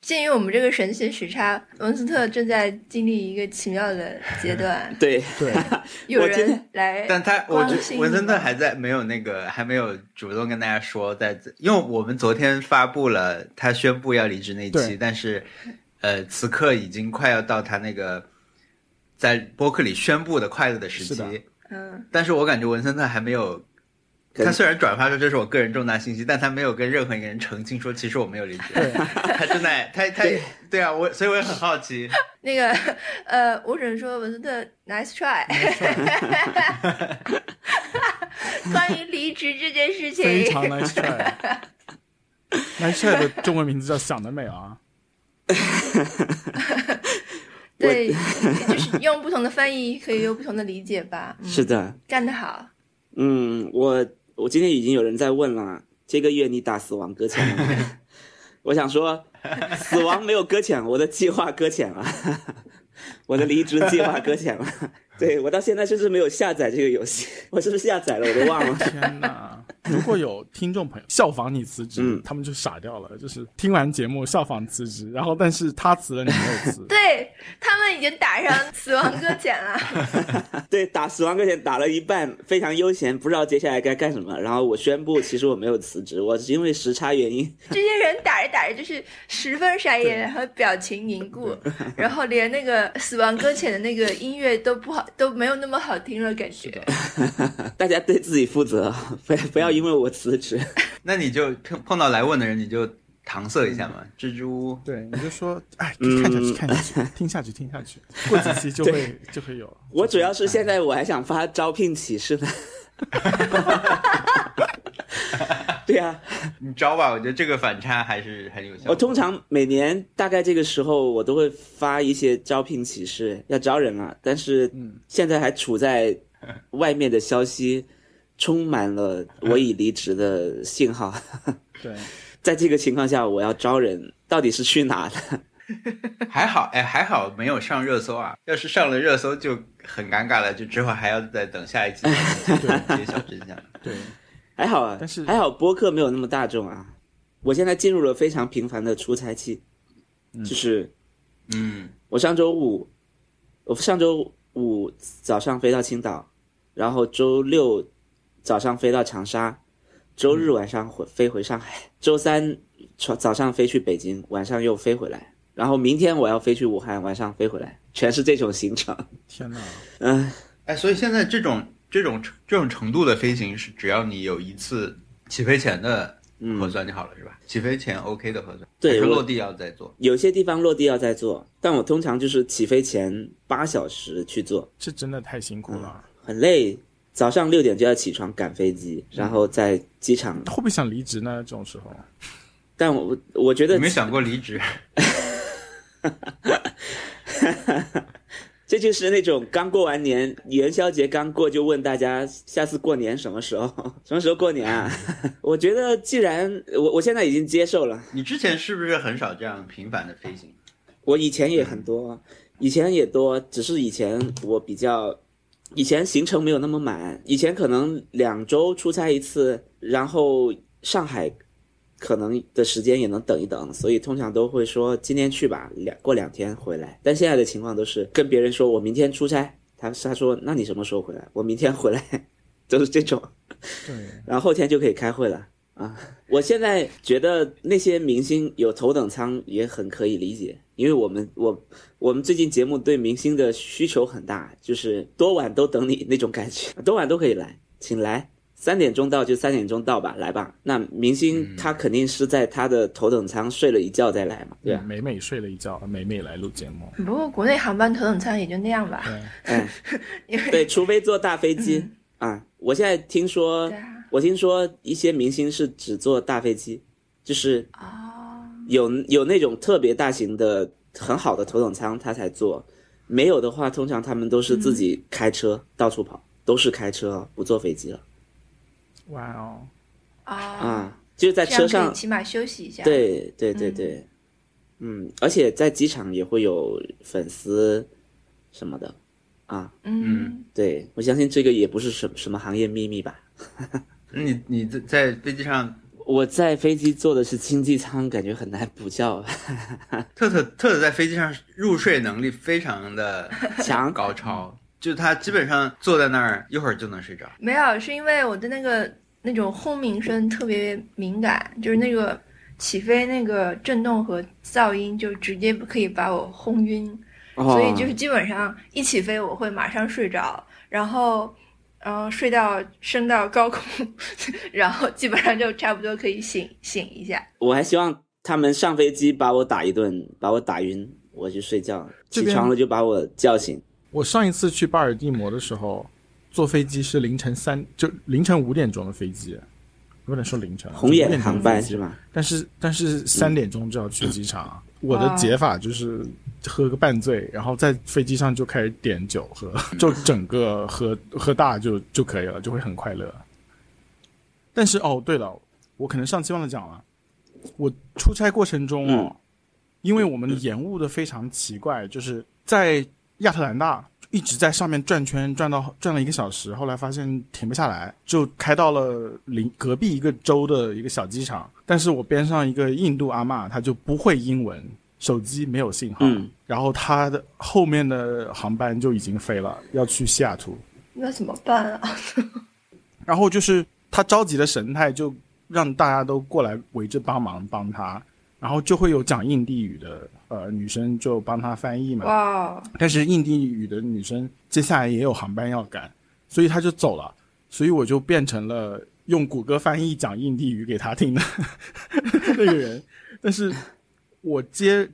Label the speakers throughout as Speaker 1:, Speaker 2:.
Speaker 1: 鉴于我们这个神奇时差，文斯特正在经历一个奇妙的阶段。
Speaker 2: 对，
Speaker 3: 对，
Speaker 1: 有
Speaker 2: 今
Speaker 1: 人来，
Speaker 4: 但他，我
Speaker 1: 关
Speaker 4: 觉
Speaker 1: 心
Speaker 4: 文森特
Speaker 1: 你
Speaker 4: 还在没有那个，还没有主动跟大家说在这，因为我们昨天发布了他宣布要离职那一期，
Speaker 3: 对
Speaker 4: 但是，呃，此刻已经快要到他那个在播客里宣布的快乐的时
Speaker 3: 是的
Speaker 4: 期。
Speaker 1: 嗯，
Speaker 4: 但是我感觉文森特还没有，
Speaker 2: 可
Speaker 4: 他虽然转发说这是我个人重大信息，但他没有跟任何一个人澄清说其实我没有离职，
Speaker 3: 对
Speaker 4: 他正在他他
Speaker 2: 对
Speaker 4: 对啊，我所以我也很好奇，
Speaker 1: 那个，呃，我只能说文斯特，nice try。关于离职这件事
Speaker 3: 非
Speaker 1: 情，
Speaker 3: 常 nice try。nice try 的中文名字叫想得美啊，
Speaker 1: 对，就是用不同的翻译可以有不同的理解吧。嗯
Speaker 2: 是的，
Speaker 1: 干得好，，
Speaker 2: 嗯，我我今天已经有人在问了，这个月你打死亡搁浅了吗？我想说，死亡没有搁浅，我的计划搁浅了， 我的离职计划搁浅了。对我到现在甚至没有下载这个游戏，我是不是下载了我都忘 了。
Speaker 3: 天哪！如果有听众朋友效仿你辞职，
Speaker 2: 嗯
Speaker 3: 他们就傻掉了，就是听完节目效仿辞职，然后但是他辞了你没有辞
Speaker 1: 对他们已经打上死亡搁浅了。
Speaker 2: 对，打死亡搁浅打了一半，非常悠闲，不知道接下来该干什么。然后我宣布，其实我没有辞职，我是因为时差原因。
Speaker 1: 这些人打着打着就是十分傻眼，然后表情凝固， 然后连那个《死亡搁浅》的那个音乐都不好，都没有那么好听了，感觉。
Speaker 2: 大家对自己负责，不要不要因为我辞职。
Speaker 4: 那你就碰碰到来问的人你就搪塞一下
Speaker 3: 嗯
Speaker 4: 嘛，蜘蛛。
Speaker 3: 对，你就说，哎，
Speaker 2: 嗯
Speaker 3: 看下去，看下去，听下去，听下去，过几期就会就会有了。
Speaker 2: 我主要是现在我还想发招聘启事呢。 对啊，
Speaker 4: 你招吧，我觉得这个反差还是很有效。
Speaker 2: 我通常每年大概这个时候，我都会发一些招聘启事，要招人了。但是
Speaker 3: 嗯
Speaker 2: 现在还处在外面的消息充满了我已离职的信号。
Speaker 3: 对，
Speaker 2: 在这个情况下，我要招人，到底是去哪呢？
Speaker 4: 还好，哎，还好没有上热搜啊。要是上了热搜就很尴尬了，就之后还要再等下一 期才能揭晓真相。
Speaker 3: 对，
Speaker 2: 还好啊，
Speaker 3: 但是
Speaker 2: 还好播客没有那么大众啊。我现在进入了非常频繁的出差期，就是
Speaker 4: 嗯，
Speaker 2: 我上周五，我上周五早上飞到青岛，然后周六早上飞到长沙，周
Speaker 4: 嗯
Speaker 2: 日晚上回飞回上海，周三早早上飞去北京，晚上又飞回来，然后明天我要飞去武汉，晚上飞回来，全是这种行程。
Speaker 3: 天哪，
Speaker 2: 嗯、
Speaker 4: 哎，所以现在这种这种这种程度的飞行是，只要你有一次起飞前的核酸就好了，是吧？起飞前 OK 的核酸，
Speaker 2: 嗯对
Speaker 4: 还是
Speaker 2: 我
Speaker 4: 落地要再做。
Speaker 2: 有些地方落地要再做，但我通常就是起飞前八小时去做，
Speaker 3: 这真的太辛苦了，
Speaker 2: 很累。早上六点就要起床赶飞机，
Speaker 4: 嗯
Speaker 2: 然后在机场。
Speaker 3: 会不会想离职呢？这种时候，
Speaker 2: 但我我觉
Speaker 4: 有
Speaker 2: 得
Speaker 4: 没有想过离职？
Speaker 2: 这就是那种刚过完年，元宵节刚过就问大家下次过年什么时候？ 什么时候过年啊？ 我觉得既然我我现在已经接受了，
Speaker 4: 你之前是不是很少这样频繁的飞行？
Speaker 2: 我以前也很多，啊以前也多，只是以前我比较，以前行程没有那么满，以前可能两周出差一次，然后上海可能的时间也能等一等，所以通常都会说今天去吧，两过两天回来。但现在的情况都是跟别人说我明天出差，他他说那你什么时候回来？我明天回来， 都是这种。
Speaker 3: 对，
Speaker 2: 然后后天就可以开会了啊！我现在觉得那些明星有头等舱也很可以理解，因为我们我我们最近节目对明星的需求很大，就是多晚都等你那种感觉， 多晚都可以来，请来。三点钟到就三点钟到吧，来吧。那明星他肯定是在他的头等舱睡了一觉再来嘛，对
Speaker 3: 对，啊
Speaker 2: 吧？
Speaker 3: 美美睡了一觉，美美来录节目，
Speaker 1: 不过国内航班头等舱也就那样吧，
Speaker 3: 对，
Speaker 2: 嗯，
Speaker 1: 因为
Speaker 2: 对，除非坐大飞机啊。我现在听说
Speaker 1: 对，啊，
Speaker 2: 我听说一些明星是只坐大飞机，就是
Speaker 1: 哦，
Speaker 2: 有有那种特别大型的很好的头等舱，他才坐；没有的话，通常他们都是自
Speaker 1: 嗯
Speaker 2: 己开车、到处跑，都是开车哦，不坐飞机了
Speaker 3: 哇哦，
Speaker 1: 哦，
Speaker 2: 啊。就是在
Speaker 1: 这样
Speaker 2: 车
Speaker 1: 可以
Speaker 2: 上，
Speaker 1: 起码休息一下。，
Speaker 2: 对对对对，嗯，而且在机场也会有粉丝什么的啊。
Speaker 1: 嗯，
Speaker 2: 对，我相信这个也不是什什么行业秘密吧？
Speaker 4: 那你你在在飞机上
Speaker 2: 我在飞机坐的是经济舱，感觉很难补觉。
Speaker 4: 特特特特在飞机上入睡能力非常的
Speaker 2: 强
Speaker 4: 高超，就他基本上坐在那儿一会儿就能睡着。
Speaker 1: 没有，是因为我对那个那种轰鸣声特别敏感，就是那个起飞那个震动和噪音，就直接可以把我轰晕。 所
Speaker 2: 哦
Speaker 1: 以就是基本上一起飞，我会马上睡着，然后，然后睡到升到高空， 然后基本上就差不多可以醒醒一下。
Speaker 2: 我还希望他们上飞机把我打一顿，把我打晕，我去睡觉，
Speaker 3: 这
Speaker 2: 起
Speaker 3: 边
Speaker 2: 床了就把我叫醒。
Speaker 3: 我上一次去巴尔的摩的时候，坐飞机是凌晨三，就凌晨五点钟的飞机，不能说凌晨，啊
Speaker 2: 红
Speaker 3: 就五
Speaker 2: 眼
Speaker 3: 点钟
Speaker 2: 航班
Speaker 3: 飞机
Speaker 2: 是嗯吗？
Speaker 3: 但是但是三点钟就要去机场啊。我的解法就是喝个半醉，然后在飞机上就开始点酒喝，就整个喝喝大就就可以了，就会很快乐。但是哦，对了，我可能上期忘了讲了，我出差过程中哦，
Speaker 2: 嗯
Speaker 3: 因为我们延误的非常奇怪，就是在亚特兰大一直在上面转圈，转到转了一个小时，后来发现停不下来，就开到了邻隔壁一个州的一个小机场。但是我边上一个印度阿嬷，她就不会英文，手机没有信号，
Speaker 2: 嗯
Speaker 3: 然后她的后面的航班就已经飞了，要去西雅图。
Speaker 1: 那怎么办啊？
Speaker 3: 然后就是他着急的神态，就让大家都过来围着帮忙帮他，然后就会有讲印地语的呃女生就帮他翻译嘛。
Speaker 1: 哇，
Speaker 3: 但是印地语的女生接下来也有航班要赶，所以他就走了，所以我就变成了用谷歌翻译讲印地语给他听的那个人。但是我接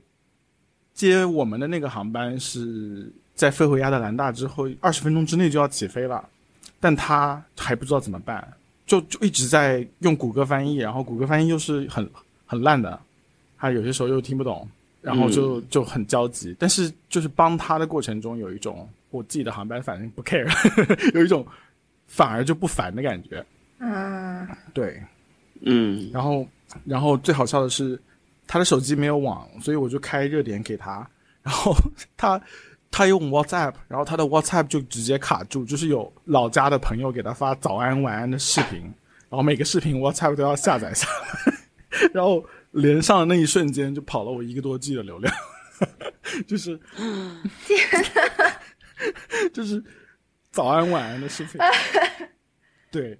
Speaker 3: 接我们的那个航班是在飞回亚特兰大之后二十分钟之内就要起飞了，但他还不知道怎么办，就就一直在用谷歌翻译，然后谷歌翻译又是很很烂的，他有些时候又听不懂，然后就、就很焦急。但是就是帮他的过程中有一种我自己的航班反正不 care，有一 种反而就不烦的感觉。
Speaker 1: 嗯，
Speaker 3: 对，
Speaker 2: 嗯，
Speaker 3: 然后然后最好笑的是，他的手机没有网，所以我就开热点给他，然后 他他用 WhatsApp，然后他的 WhatsApp 就直接卡住，就是有老家的朋友给他发早安晚安的视频，然后每个视频 WhatsApp 都要下载下来， 然后连上的那一瞬间就跑了我一个多 G 的流量， 就是 天就是早安晚安的视 频，对。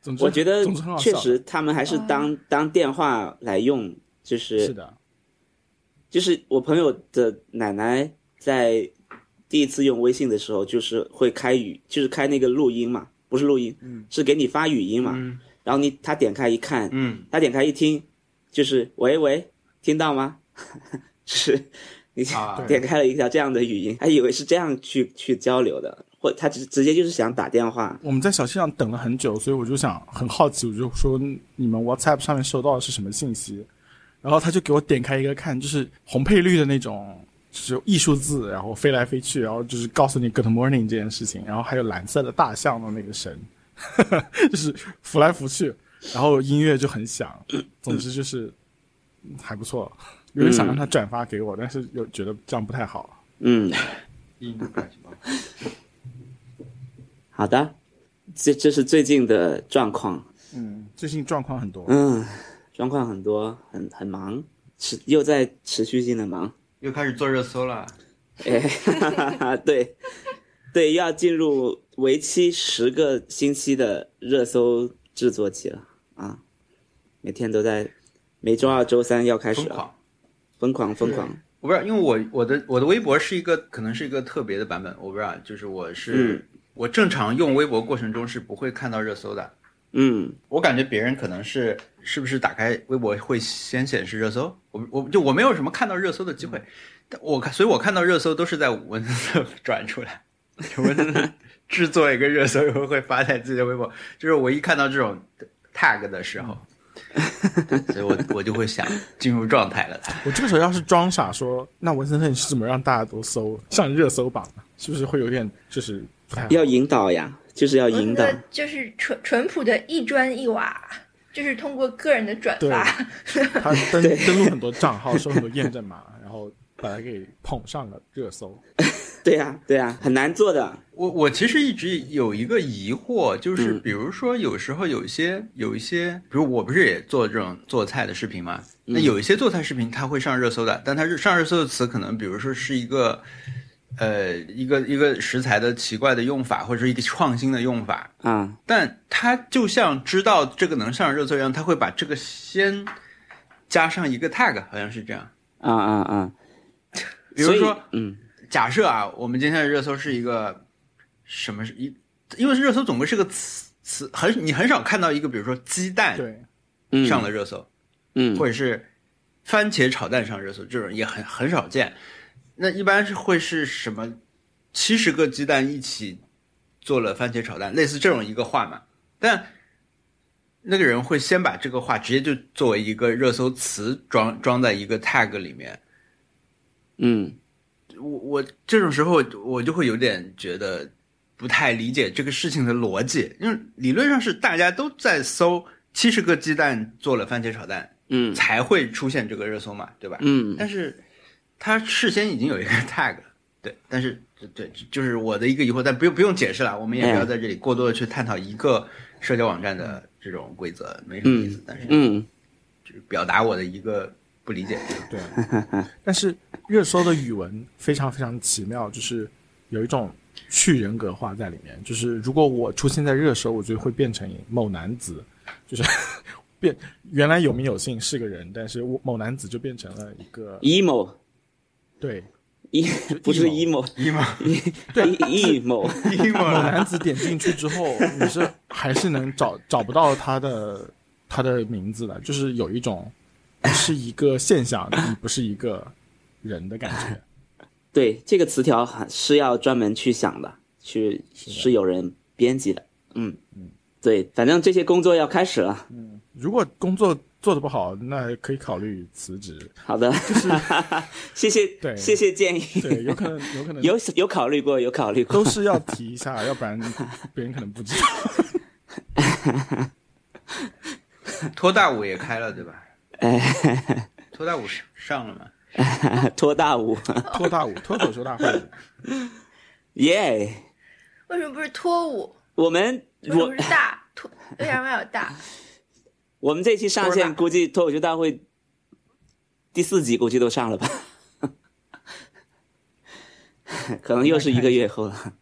Speaker 3: 总之
Speaker 2: 我觉得
Speaker 3: 总之很好
Speaker 2: 确
Speaker 3: 笑
Speaker 2: 实他们还是当当电话来用，就是
Speaker 3: 是的，
Speaker 2: 就是我朋友的奶奶在第一次用微信的时候，就是会开语，就是开那个录音嘛，不是录音，
Speaker 3: 嗯
Speaker 2: 是给你发语音嘛。
Speaker 4: 嗯
Speaker 2: 然后你他点开一看，
Speaker 4: 嗯，
Speaker 2: 他点开一听，就是喂喂，听到吗？ 是，你
Speaker 4: 啊
Speaker 3: 对
Speaker 2: 点开了一条这样的语音，他以为是这样去去交流的，或他直直接就是想打电话。
Speaker 3: 我们在小区上等了很久，所以我就想很好奇，我就说你们 WhatsApp 上面收到的是什么信息？然后他就给我点开一个看，就是红配绿的那种，就是艺术字，然后飞来飞去，然后就是告诉你 Good morning 这件事情，然后还有蓝色的大象的那个神，就是浮来浮去，然后音乐就很响，总之就是嗯还不错。有点想让他转发给我，但是又觉得这样不太好。
Speaker 2: 嗯，
Speaker 4: 印度乱七八糟
Speaker 2: 好的，这这是最近的状况。
Speaker 3: 嗯，最近状况很多。
Speaker 2: 嗯，状况很多，很很忙，持又在持续性的忙。
Speaker 4: 又开始做热搜了。
Speaker 2: 哎， 哈哈哈，对，对，要进入为期十个星期的热搜制作期了啊！每天都在，每周二、周三要开始
Speaker 4: 疯
Speaker 2: 了，
Speaker 4: 狂。
Speaker 2: 疯狂疯狂，
Speaker 4: 我不知道，因为我我的我的微博是一个可能是一个特别的版本，我不知道，就是我是、
Speaker 2: 嗯
Speaker 4: 我正常用微博过程中是不会看到热搜的。
Speaker 2: 嗯
Speaker 4: 我感觉别人可能是是不是打开微博会先显示热搜？我我就我没有什么看到热搜的机会，但我看，所以我看到热搜都是在文字 转出来，文字制作一个热搜以后会发在自己的微博，就是我一看到这种 tag 的时候，所以我我就会想进入状态了。
Speaker 3: 我这个时候要是装傻说，那文森特你是怎么让大家都搜上热搜榜的？是不是会有点就是不太好？
Speaker 2: 要引导呀，就是要
Speaker 1: 我
Speaker 2: 引导
Speaker 1: 那，个就是淳淳朴的一砖一瓦，就是通过个人的转
Speaker 3: 对
Speaker 1: 发。
Speaker 3: 他登登录很多账号，收很多验证码，然后把它给捧上了热搜。
Speaker 2: 对呀、对呀、很难做的。
Speaker 4: 我我其实一直有一个疑惑，
Speaker 2: 嗯
Speaker 4: 就是比如说有时候有一些有一些，比如我不是也做这种做菜的视频嘛，那
Speaker 2: 嗯
Speaker 4: 有一些做菜视频它会上热搜的，但它是上热搜的词可能比如说是一个。呃，一个一个食材的奇怪的用法，或者是一个创新的用法，
Speaker 2: 啊，
Speaker 4: 但他就像知道这个能上热搜一样，他会把这个先加上一个 tag，好像是这样。
Speaker 2: 啊啊啊！
Speaker 4: 比如
Speaker 2: 所以
Speaker 4: 说，
Speaker 2: 嗯
Speaker 4: 假设啊，我们今天的热搜是一个什么是一，因为热搜总归是个词词，很你很少看到一个，比如说鸡蛋
Speaker 3: 对，
Speaker 2: 嗯，
Speaker 4: 上了热搜，
Speaker 2: 嗯，
Speaker 4: 或者是番茄炒蛋上热搜，这种也很很少见。那一般是会是什么？七十个鸡蛋一起做了番茄炒蛋，类似这种一个话嘛。但那个人会先把这个话直接就作为一个热搜词装装在一个 tag 里面。
Speaker 2: 嗯
Speaker 4: 我我这种时候我就会有点觉得不太理解这个事情的逻辑，因为理论上是大家都在搜七十个鸡蛋做了番茄炒蛋，
Speaker 2: 嗯
Speaker 4: 才会出现这个热搜嘛，对吧？
Speaker 2: 嗯
Speaker 4: 但是它事先已经有一个 tag，了对，但是对，就是我的一个疑惑，但不用不用解释了，我们也不
Speaker 2: 嗯
Speaker 4: 要在这里过多的去探讨一个社交网站的这种规则，没什么意思。但是
Speaker 2: 嗯
Speaker 4: 就是表达我的一个不理解，
Speaker 3: 但是热搜的语文非常非常奇妙，就是有一种去人格化在里面。就是如果我出现在热搜，我就会变成某男子，就是 变原来有名有姓是个人，但是我某男子就变成了一个
Speaker 2: ，emo
Speaker 3: 对
Speaker 2: 一不是 emo，
Speaker 3: emo
Speaker 4: 一吗？
Speaker 3: 对
Speaker 2: emo，
Speaker 4: 一
Speaker 3: 某
Speaker 4: 吗？
Speaker 3: 男子点进去之后，你是还是能找找不到他的他的名字的，就是有一种是一个现象，你不是一个人的感觉。
Speaker 2: 对这个词条还是要专门去想的，去是有人编辑的，嗯对，反正这些工作要开始了。
Speaker 3: 如果工作做的不好，那可以考虑辞职。
Speaker 2: 好的， 谢谢
Speaker 3: 对
Speaker 2: 谢谢建议，
Speaker 3: 对，有可能，有可 能
Speaker 2: 有有考虑过，有考虑过
Speaker 3: 都。是要提一下，要不然别人可能不知道。
Speaker 4: 托大舞也开了对吧？托大舞上了吗？
Speaker 2: 托大舞，
Speaker 3: 脱大舞，脱口秀大会，
Speaker 2: 耶、
Speaker 1: 为什么不是脱舞？
Speaker 2: 我们
Speaker 1: 为什
Speaker 2: 我
Speaker 1: 么是大脱？为啥要大？
Speaker 2: 我们这期上
Speaker 4: 托大
Speaker 2: 线，估计脱口秀大会第四集估计都上了吧， 可能又是一个月后了。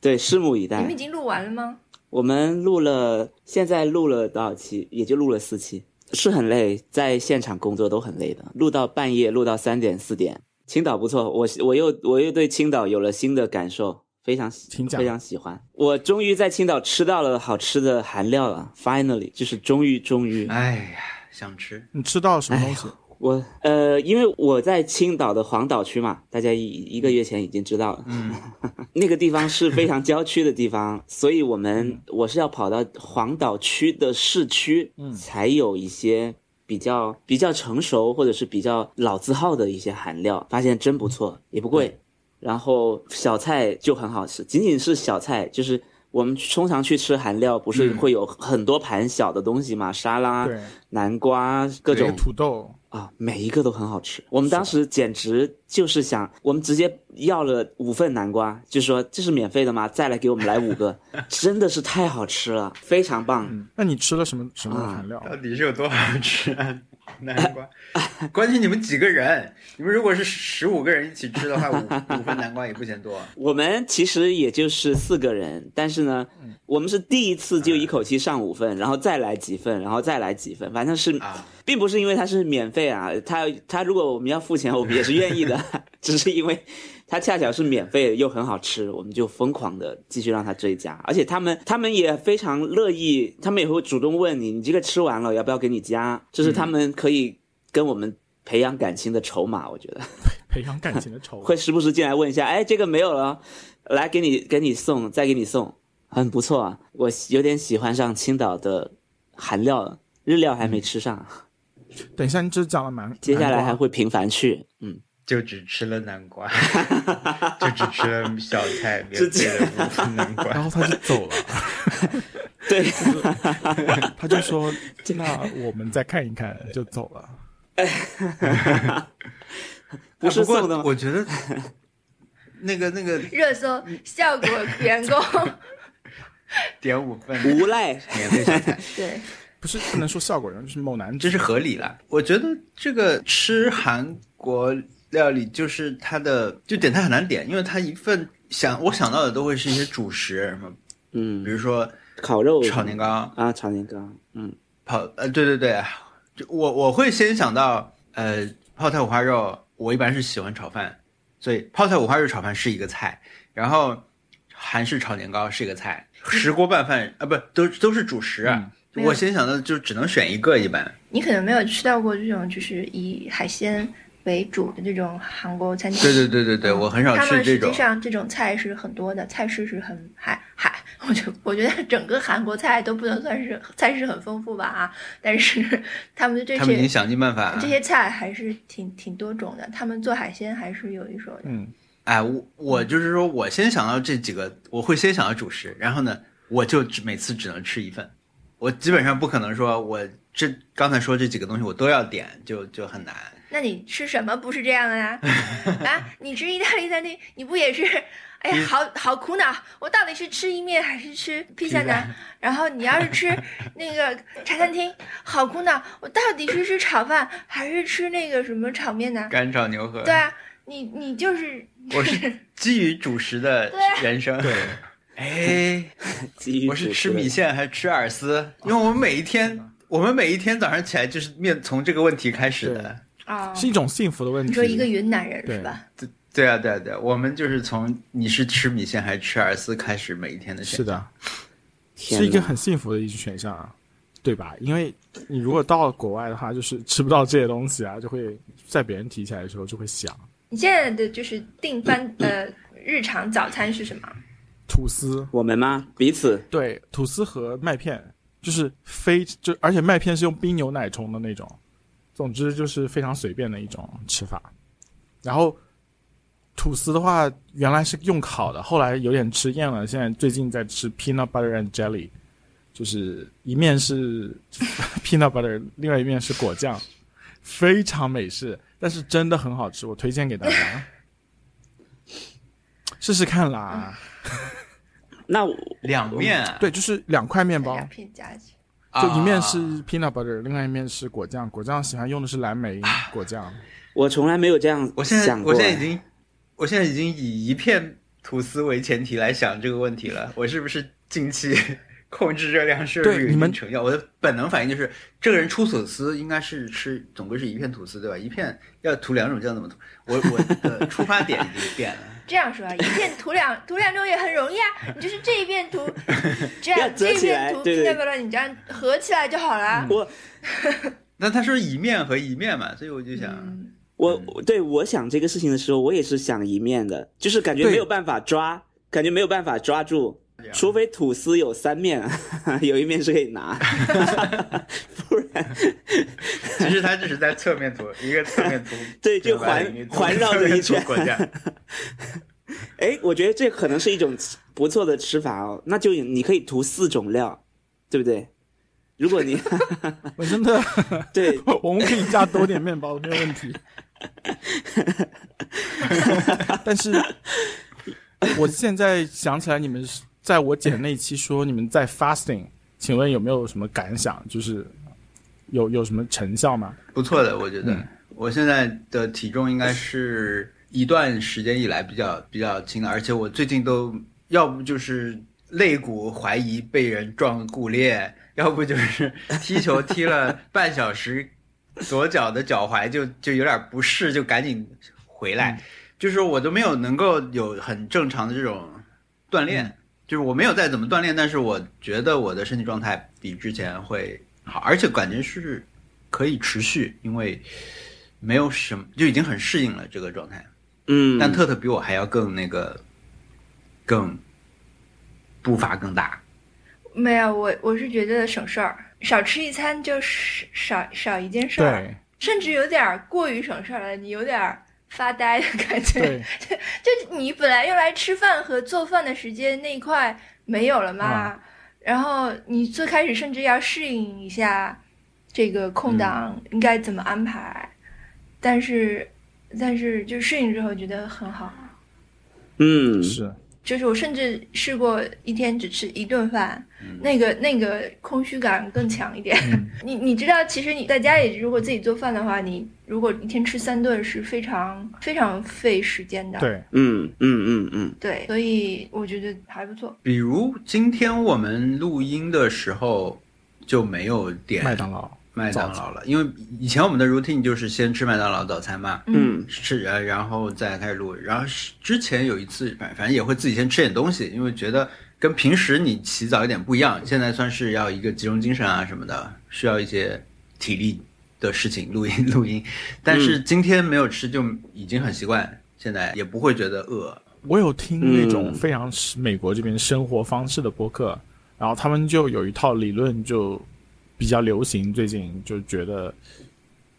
Speaker 2: 对，拭目以
Speaker 1: 你们已
Speaker 2: 待。
Speaker 1: 经录完了吗？
Speaker 2: 我们录了，现在录了多少期？也就录了四期，是很累，在现场工作都很累的，录到半夜，录到三点四点。青岛不错，我我又我又对青岛有了新的感受，非常喜
Speaker 3: 请讲
Speaker 2: 非常喜欢。我终于在青岛吃到了好吃的韩料了，finally，就是终于终于。
Speaker 4: 哎呀，想吃
Speaker 3: 你吃到什么东西？
Speaker 2: 我呃，因为我在青岛的黄岛区嘛，大家一一个月前已经知道了，嗯， 那个地方是非常郊区的地方，所以我们我是要跑到黄岛区的市区，嗯，才有一些比较比较成熟或者是比较老字号的一些韩料，发现真不错，也不贵，然后小菜就很好吃，仅仅是小菜，就是我们通常去吃韩料，不是会有很多盘小的东西嘛，沙拉、
Speaker 3: 对，
Speaker 2: 南瓜各
Speaker 3: 这
Speaker 2: 种
Speaker 3: 个土豆，
Speaker 2: 啊，每一个都很好吃。我们当时简直就是想，我们直接要了五份南瓜，就说这是免费的吗？再来给我们来五个，真的是太好吃了，非常棒。
Speaker 3: 嗯，那你吃了什么什么
Speaker 2: 啊
Speaker 3: 韩料？
Speaker 4: 到底是有多好吃啊？南瓜， 关键你们几个人？你们如果是十五个人一起吃的话，五五份南瓜也不嫌多。
Speaker 2: 我们其实也就是四个人，但是呢，我们是第一次就一口气上五份，然后再来几份，然后再来几份，反正是
Speaker 4: 啊，
Speaker 2: 并不是因为它是免费啊，它它如果我们要付钱，我们也是愿意的， 只是因为它恰巧是免费的又很好吃，我们就疯狂的继续让它追加，而且他们他们也非常乐意，他们也会主动问你，你这个吃完了要不要给你加，这是他们可以跟我们培养感情的筹码，我觉得
Speaker 3: 培养感情的仇。
Speaker 2: 会时不时进来问一下，哎，这个没有了，来给你给你送，再给你送，很不错啊，我有点喜欢上青岛的韩料了，日料还没吃上。啊
Speaker 3: 等一下，你只讲了蛮，
Speaker 2: 接
Speaker 4: 啊
Speaker 2: 下来还
Speaker 3: 蛮多
Speaker 2: 会频繁去， 嗯，
Speaker 4: 就只吃了南瓜， 就只吃了小菜，免
Speaker 2: 直
Speaker 4: 费的五份南
Speaker 3: 啊，然
Speaker 4: 瓜。
Speaker 3: 后他就走了，
Speaker 2: 对，
Speaker 3: 他就说：“那我们再看一看。” 就走了。
Speaker 2: 不是
Speaker 4: 啊
Speaker 2: 送的
Speaker 4: 过
Speaker 2: 吗？
Speaker 4: 我觉得那个那个
Speaker 1: 热搜效果员工，
Speaker 4: 点五 份
Speaker 2: 无赖，
Speaker 4: 免费小菜，
Speaker 1: 对，
Speaker 3: 不是不能说效果，就是某男子
Speaker 4: 这是合理啦。我觉得这个吃韩国料理就是它的，就点菜很难点，因为它一份想我想到的都会是一些主食，什么
Speaker 2: 嗯
Speaker 4: 比，如说
Speaker 2: 烤肉
Speaker 4: 炒年糕、
Speaker 2: 啊，炒年糕，嗯，
Speaker 4: 泡呃，对对对，就我我会先想到呃泡菜五花肉，我一般是喜欢炒饭，所以泡菜五花肉炒饭是一个菜，然后韩式炒年糕是一个菜，石锅拌饭啊不都都是主食啊，
Speaker 1: 嗯
Speaker 4: 我先想到就只能选一个一般。
Speaker 1: 你可能没有吃到过这种就是以海鲜为主的这种韩国餐厅。嗯
Speaker 4: 对对对对对，我很少
Speaker 1: 他
Speaker 4: 去
Speaker 1: 们
Speaker 4: 这
Speaker 1: 实
Speaker 4: 种
Speaker 1: 际。上这种菜是很多的，菜式是很海海，我觉我觉得整个韩国菜都不能算是菜式很丰富吧啊，但是他们这
Speaker 4: 他们已经
Speaker 1: 些
Speaker 4: 想尽办法。
Speaker 1: 这些菜还是挺挺多种的，他们做海鲜还是有一手的。
Speaker 3: 嗯，
Speaker 4: 哎，我我就是说我先想到这几个，我会先想到主食，然后呢，我就只每次只能吃一份，我基本上不可能说我这刚才说这几个东西我都要点，就就很难。
Speaker 1: 那你吃什么不是这样的呀？啊，你吃意大利餐厅，你不也是？哎
Speaker 3: 嗯
Speaker 1: 呀，好好苦恼，我到底是吃意面还是吃披萨呢？然后你要是吃那个茶餐厅，好苦恼，我到底是吃炒饭还是吃那个什么炒面呢？
Speaker 4: 干炒牛河，
Speaker 1: 对啊，你你就是
Speaker 4: 我是 基于主食的人
Speaker 3: 嗯
Speaker 4: 生。对，哎，
Speaker 2: 基于
Speaker 4: 我是
Speaker 2: 主
Speaker 4: 吃
Speaker 2: 食
Speaker 4: 米线还是吃饵丝？因为我们每一天，我们每一天早上起来就是面从这个问题开始的。
Speaker 1: 啊，
Speaker 3: 是一种幸福的问题。
Speaker 1: 你说一个云南人
Speaker 3: 对
Speaker 1: 是吧？
Speaker 4: 对啊，对啊，对啊，我们就是从你是吃米线还是吃饵丝开始每一天的选
Speaker 3: 是的，
Speaker 2: 天
Speaker 3: 是一个
Speaker 2: 哪
Speaker 3: 很幸福的一个选项啊，对吧？因为你如果到了国外的话，就是吃不到这些东西啊，就会在别人提起来的时候就会想
Speaker 1: 你现在的就是订饭呃日常早餐是什么？
Speaker 3: 吐司，
Speaker 2: 我们吗？彼此
Speaker 3: 对，吐司和麦片，就是非就而且麦片是用冰牛奶冲的那种，总之就是非常随便的一种吃法。然后吐司的话，原来是用烤的，后来有点吃厌了，现在最近在吃 peanut butter and jelly，就是一面是 peanut butter，另外一面是果酱，非常美式，但是真的很好吃，我推荐给大家。 试试看啦，
Speaker 2: 那我
Speaker 4: 两面啊，
Speaker 3: 对，就是两块面包，
Speaker 1: 两片夹起。
Speaker 4: 啊
Speaker 3: 就一面是 peanut butter，另外一面是果酱。果酱喜欢用的是蓝莓果酱，
Speaker 2: 我从来没有这样
Speaker 4: 我现在
Speaker 2: 想过。
Speaker 4: 我现在已经，我现在已经以一片吐司为前提来想这个问题了。我是不是近期 控制热量摄入
Speaker 3: 对
Speaker 4: 有
Speaker 3: 你
Speaker 4: 一
Speaker 3: 们
Speaker 4: 定成效？我的本能反应就是，这个人出吐司应该是吃，总归是一片吐司对吧？一片要涂两种酱怎么涂？我我 的出发点已经变了。
Speaker 1: 这样说啊，一片涂两 涂两种也很容易啊，你就是这一片涂， 这
Speaker 2: 要
Speaker 1: 样
Speaker 2: 折
Speaker 1: 这一
Speaker 2: 起来
Speaker 1: 片涂
Speaker 2: 对对
Speaker 1: 拼代表了你这样合起来就好了。
Speaker 2: 我
Speaker 4: 那他说一面和一面嘛，所以我就想，
Speaker 1: 嗯，
Speaker 2: 我我对我想这个事情的时候，我也是想一面的，就是感觉
Speaker 3: 对
Speaker 2: 没有办法抓，感觉没有办法抓住，
Speaker 4: 啊
Speaker 2: 除非吐司有三面， 有一面是可以拿，不然，
Speaker 4: 其实他只是在侧面涂，一个侧面涂
Speaker 2: 对就
Speaker 4: 对吧
Speaker 2: 环
Speaker 4: 一个侧
Speaker 2: 环绕着一圈
Speaker 4: 侧面涂果酱。
Speaker 2: 哎，我觉得这可能是一种不错的吃法哦。那就你可以涂四种料，对不对？如果 你
Speaker 3: 我真的，
Speaker 2: 对
Speaker 3: 我们可以加多点面包，没有问 题。但是，我现在想起来，你们是在我姐那期说你们在 fasting，请问有没有什么感想？就是有有什么成效吗？
Speaker 4: 不错的，我觉得、我现在的体重应该是一段时间以来比较比较轻的，而且我最近都要不就是肋骨怀疑被人撞骨裂，要不就是踢球踢了半小时，左脚的脚踝就就有点不适，就赶紧回来，就是我都没有能够有很正常的这种锻炼。就是我没有再怎么锻炼，但是我觉得我的身体状态比之前会好，而且感觉是可以持续，因为没有什么就已经很适应了这个状态。
Speaker 2: 嗯，
Speaker 4: 但特特比我还要更那个，更步伐更大。
Speaker 1: 没有，我我是觉得省事儿，少吃一餐就是少少一件事
Speaker 2: 啊
Speaker 1: 儿，
Speaker 3: 对
Speaker 1: 甚至有点儿过于省事儿了，你有点儿发呆的感觉。
Speaker 3: 对，
Speaker 1: 就你本来用来吃饭和做饭的时间那一块没有了嘛，然后你最开始甚至要适应一下这个空档应该怎么安排，但是但是就适应之后觉得很好。
Speaker 2: 嗯，
Speaker 3: 是
Speaker 1: 就是我甚至试过一天只吃一顿饭，那个那个空虚感更强一点。
Speaker 3: 嗯
Speaker 1: 你你知道，其实你在家里如果自己做饭的话，你如果一天吃三顿是非常非常费时间的。
Speaker 3: 对，
Speaker 2: 嗯嗯嗯嗯，
Speaker 1: 对所以我觉得还不错。
Speaker 4: 比如今天我们录音的时候就没有点
Speaker 3: 麦当劳，
Speaker 4: 麦当劳了，因为以前我们的 routine 就是先吃麦当劳早餐嘛，
Speaker 2: 嗯
Speaker 4: 吃呃然后再开始录。然后是之前有一次，反反正也会自己先吃点东西，因为觉得跟平时你起早一点不一样，现在算是要一个集中精神啊什么的，需要一些体力的事情录音录音。 但是今天没有吃就已经很习惯，现在也不会觉得饿。
Speaker 3: 我有听那种
Speaker 2: 嗯
Speaker 3: 非常是美国这边生活方式的播客，然后他们就有一套理论就比较流行，最近就觉得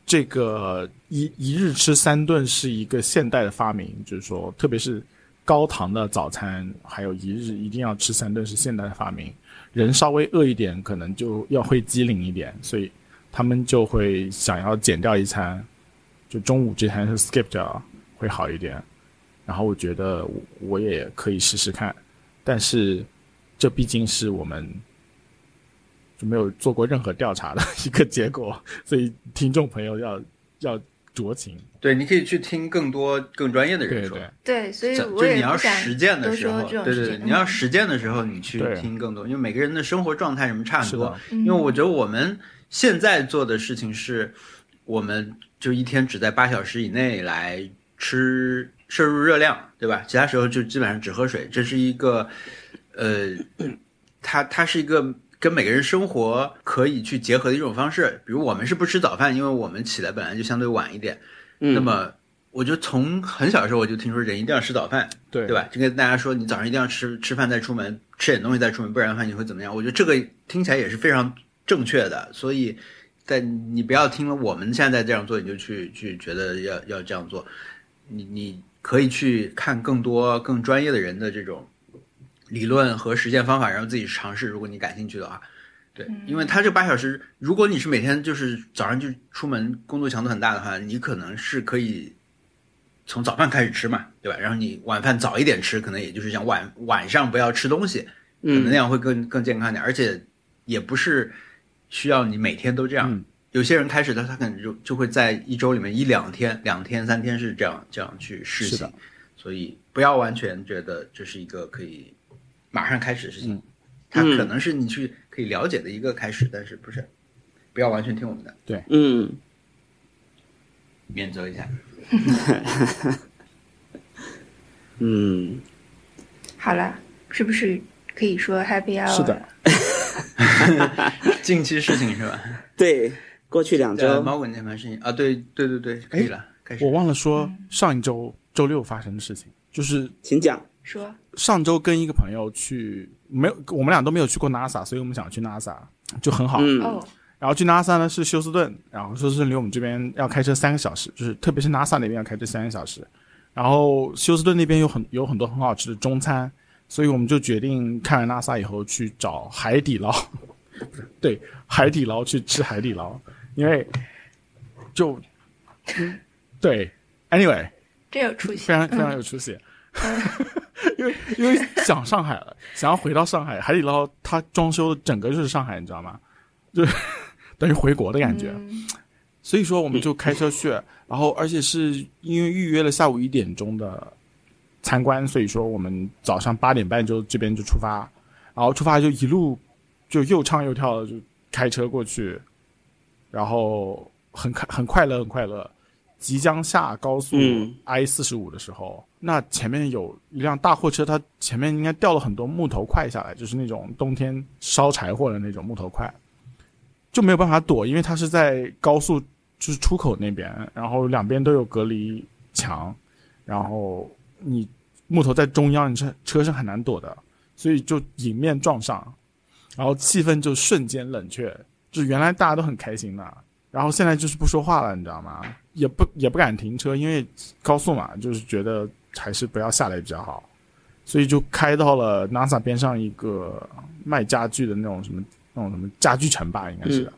Speaker 3: 这个一一日吃三顿是一个现代的发明，就是说，特别是高糖的早餐，还有一日一定要吃三顿是现代的发明。人稍微饿一点，可能就要会机灵一点，所以他们就会想要减掉一餐，就中午这餐是 skip 掉会好一点。然后我觉得我我也可以试试看，但是这毕竟是我们就没有做过任何调查的一个结果，所以听众朋友要 要酌情。
Speaker 4: 对，你可以去听更多更专业的人
Speaker 3: 对
Speaker 4: 说。
Speaker 3: 对，
Speaker 1: 对，所以
Speaker 4: 这
Speaker 1: 我
Speaker 4: 就
Speaker 1: 也
Speaker 4: 你
Speaker 1: 不
Speaker 4: 要
Speaker 1: 想
Speaker 4: 实践的
Speaker 1: 多
Speaker 4: 时
Speaker 1: 说
Speaker 4: 候，
Speaker 1: 这种
Speaker 4: 对对
Speaker 1: 事
Speaker 4: 对，
Speaker 1: 情
Speaker 4: 你要
Speaker 1: 嗯
Speaker 4: 实践的时候，你去
Speaker 3: 对
Speaker 4: 听更多，因为每个人的生活状态什么差很
Speaker 3: 是
Speaker 4: 多
Speaker 3: 的。，
Speaker 1: 嗯
Speaker 4: 因为我觉得我们现在做的事情是，我们就一天只在八小时以内来吃摄入热量，对吧？其他时候就基本上只喝水，这是一个，呃，它它是一个。跟每个人生活可以去结合的一种方式，比如我们是不吃早饭，因为我们起来本来就相对晚一点。
Speaker 2: 嗯
Speaker 4: 那么，我就从很小的时候我就听说人一定要吃早饭，
Speaker 3: 对
Speaker 4: 对吧？就跟大家说，你早上一定要吃吃饭再出门，吃点东西再出门，不然的话你会怎么样？我觉得这个听起来也是非常正确的，所以，但你不要听了我们现在这样做，你就去去觉得要要这样做，你你可以去看更多更专业的人的这种理论和实践方法，然后自己尝试，如果你感兴趣的话。对，因为他这八小时，如果你是每天就是早上就出门，工作强度很大的话，你可能是可以从早饭开始吃嘛，对吧？然后你晚饭早一点吃，可能也就是像晚晚上不要吃东西，可能那
Speaker 2: 嗯
Speaker 4: 样会更更健康一点，而且也不是需要你每天都这样。
Speaker 3: 嗯
Speaker 4: 有些人开始他他可能就就会在一周里面一两天、两天、三天是这样这样去试
Speaker 3: 是的
Speaker 4: 行，所以不要完全觉得这是一个可以马上开始的事
Speaker 3: 嗯
Speaker 4: 情，它可能是你去可以了解的一个开始，但是不是不要完全听我们的，
Speaker 2: 嗯，
Speaker 4: 免责一下。
Speaker 2: 嗯，
Speaker 1: 好了，是不是可以说 happy hour？
Speaker 3: 是的，
Speaker 4: 近期事情是吧？
Speaker 2: 对，过去两
Speaker 4: 呃，
Speaker 2: 周，
Speaker 4: 猫滚键盘事情啊，对对对对，可以了，开始
Speaker 3: 哎我。忘了说上一周周六发生的事情，就是
Speaker 2: 请讲。
Speaker 1: 说
Speaker 3: 上周跟一个朋友去，没有我们俩都没有去过 NASA，所以我们想去 NASA 就很好。
Speaker 2: 嗯
Speaker 1: 哦，
Speaker 3: 然后去 NASA 呢是休斯顿，然后休斯顿离我们这边要开车三个小时，就是特别是 NASA 那边要开车三个小时。然后休斯顿那边有很有很多很好吃的中餐，所以我们就决定看了 NASA 以后去找海底捞， 对海底捞去吃海底捞， 因为就、嗯对，anyway，
Speaker 1: 真有出息。
Speaker 3: 非常非常有出息。 因为因为想上海了，想要回到上海，海底捞它装修的整个就是上海，你知道吗？就 等于回国的感觉。所以说我们就开车去，然后而且是因为预约了下午一点钟的参观，所以说我们早上八点半就这边就出发，然后出发就一路就又唱又跳的就开车过去，然后很开很快乐很快乐。即将下高速
Speaker 2: 嗯
Speaker 3: I 四十五的时候，那前面有一辆大货车，它前面应该掉了很多木头块下来，就是那种冬天烧柴火的那种木头块，就没有办法躲，因为它是在高速就是出口那边，然后两边都有隔离墙，然后你木头在中央，你车车是很难躲的，所以就迎面撞上，然后气氛就瞬间冷却，就原来大家都很开心的，然后现在就是不说话了，你知道吗？也不也不敢停车，因为高速嘛，就是觉得还是不要下来比较好，所以就开到了 NASA 边上一个卖家具的那种什么那种什么家具城吧，应该是。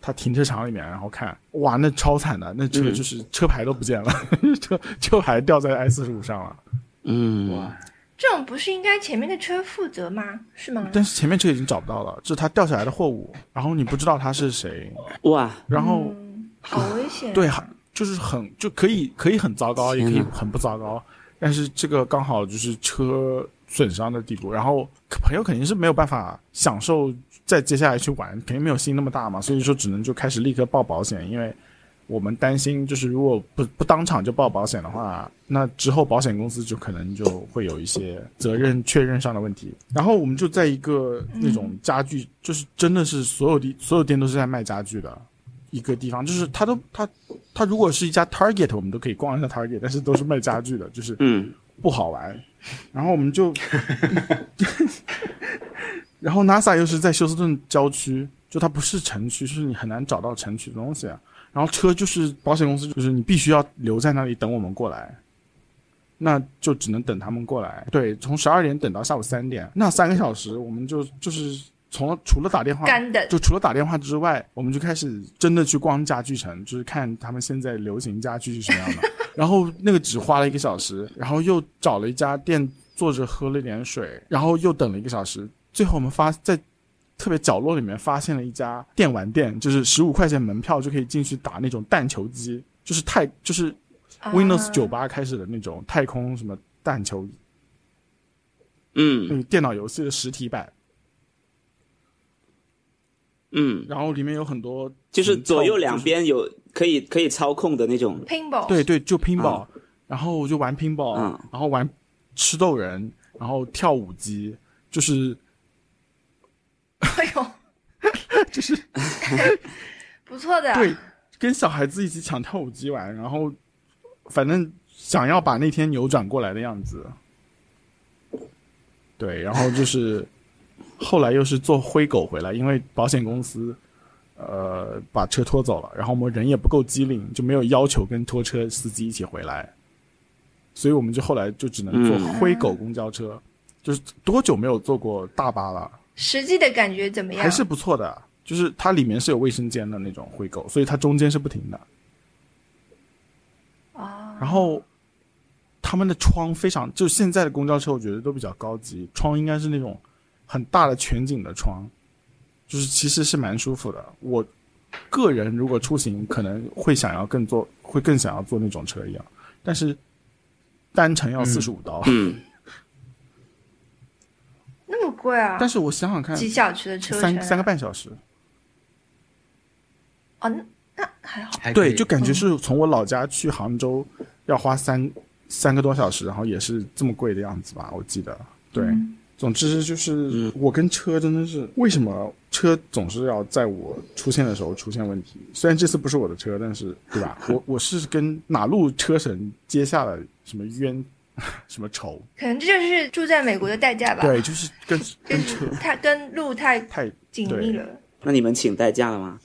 Speaker 3: 他停车场里面，然后看，哇，那超惨的，那车
Speaker 2: 嗯
Speaker 3: 就是车牌都不见了，车车牌掉在 i 四十五上了。
Speaker 2: 嗯，
Speaker 4: 哇，
Speaker 1: 这种不是应该前面的车负责吗？是吗？
Speaker 3: 但是前面车已经找不到了，这是他掉下来的货物，然后你不知道他是谁，
Speaker 2: 哇，
Speaker 3: 然后、
Speaker 1: 嗯、好危险。
Speaker 3: 对，很就是很就可以可以很糟糕，也可以
Speaker 2: 天哪
Speaker 3: 很不糟糕，但是这个刚好就是车损伤的地步，然后朋友肯定是没有办法享受再接下来去玩，肯定没有心那么大嘛，所以说只能就开始立刻报保险，因为我们担心就是如果不不当场就报保险的话，那之后保险公司就可能就会有一些责任确认上的问题。然后我们就在一个那种家具，就是真的是所有的所有店都是在卖家具的。一个地方就是它都它它如果是一家 Target，我们都可以逛一下 Target，但是都是卖家具的，就是
Speaker 2: 嗯，
Speaker 3: 不好玩。然后我们就， 然后 NASA 又是在休斯顿郊区，就它不是城区，就是你很难找到城区的东西、啊。然后车就是保险公司，就是你必须要留在那里等我们过来，那就只能等他们过来。对，从十二点等到下午三点，那三个小时我们就就是从除了打电话
Speaker 1: 干等。
Speaker 3: 就除了打电话之外，我们就开始真的去逛家具城，就是看他们现在流行家具是什么样的。然后那个只花了一个小时，然后又找了一家店坐着喝了一点水，然后又等了一个小时。最后我们发在特别角落里面发现了一家电玩店，就是十五块钱门票就可以进去打那种弹球机，就是太就是 Windows 九
Speaker 1: 啊
Speaker 3: 八开始的那种太空什么弹球那
Speaker 2: 嗯
Speaker 3: 个电脑游戏的实体版，
Speaker 2: 嗯，
Speaker 3: 然后里面有很多
Speaker 2: 就是
Speaker 3: 嗯
Speaker 2: 左右
Speaker 3: 跳
Speaker 2: 两
Speaker 3: 就是
Speaker 2: 边有可以可以操控的那种，
Speaker 1: Pinball，
Speaker 3: 对对，就拼 i 然后我就玩拼 i
Speaker 2: 嗯
Speaker 3: 然后玩吃豆人，然后跳舞机，就是
Speaker 1: 哎呦，
Speaker 3: 就是
Speaker 1: 不错的。
Speaker 3: 对，跟小孩子一起抢跳舞机玩，然后反正想要把那天扭转过来的样子。对，然后就是后来又是坐灰狗回来，因为保险公司呃把车拖走了，然后我们人也不够机灵，就没有要求跟拖车司机一起回来，所以我们就后来就只能坐
Speaker 2: 嗯
Speaker 3: 灰狗公交车。就是多久没有坐过大巴了？
Speaker 1: 实际的感觉怎么样？
Speaker 3: 还是不错的，就是它里面是有卫生间的那种灰狗，所以它中间是不停的。
Speaker 1: 啊，
Speaker 3: 然后他们的窗非常，就现在的公交车我觉得都比较高级，窗应该是那种很大的全景的窗，就是其实是蛮舒服的。我个人如果出行可能会想要更坐，会更想要坐那种车一样，但是单程要
Speaker 4: 嗯
Speaker 3: 四十五刀。
Speaker 2: 嗯
Speaker 1: 那么贵啊
Speaker 3: 但！是我想想看，
Speaker 1: 几小时的车程啊、
Speaker 3: 三三个半小时，
Speaker 1: 哦，那那还好。
Speaker 4: 还可
Speaker 3: 对，
Speaker 4: 以
Speaker 3: 就感觉是从我老家去杭州要花三三个多小时，然后也是这么贵的样子吧，我记得。对，
Speaker 1: 嗯
Speaker 3: 总之就是
Speaker 2: 嗯
Speaker 3: 我跟车真的是为什么车总是要在我出现的时候出现问题？虽然这次不是我的车，但是对吧？我我是跟哪路车神结下了什么冤 什么仇？
Speaker 1: 可能这就是住在美国的代价吧。
Speaker 3: 对，就是跟
Speaker 1: 就
Speaker 3: 跟
Speaker 1: 是
Speaker 3: 车
Speaker 1: 它跟路太
Speaker 3: 太
Speaker 1: 紧密了。
Speaker 2: 那你们请代驾了 吗？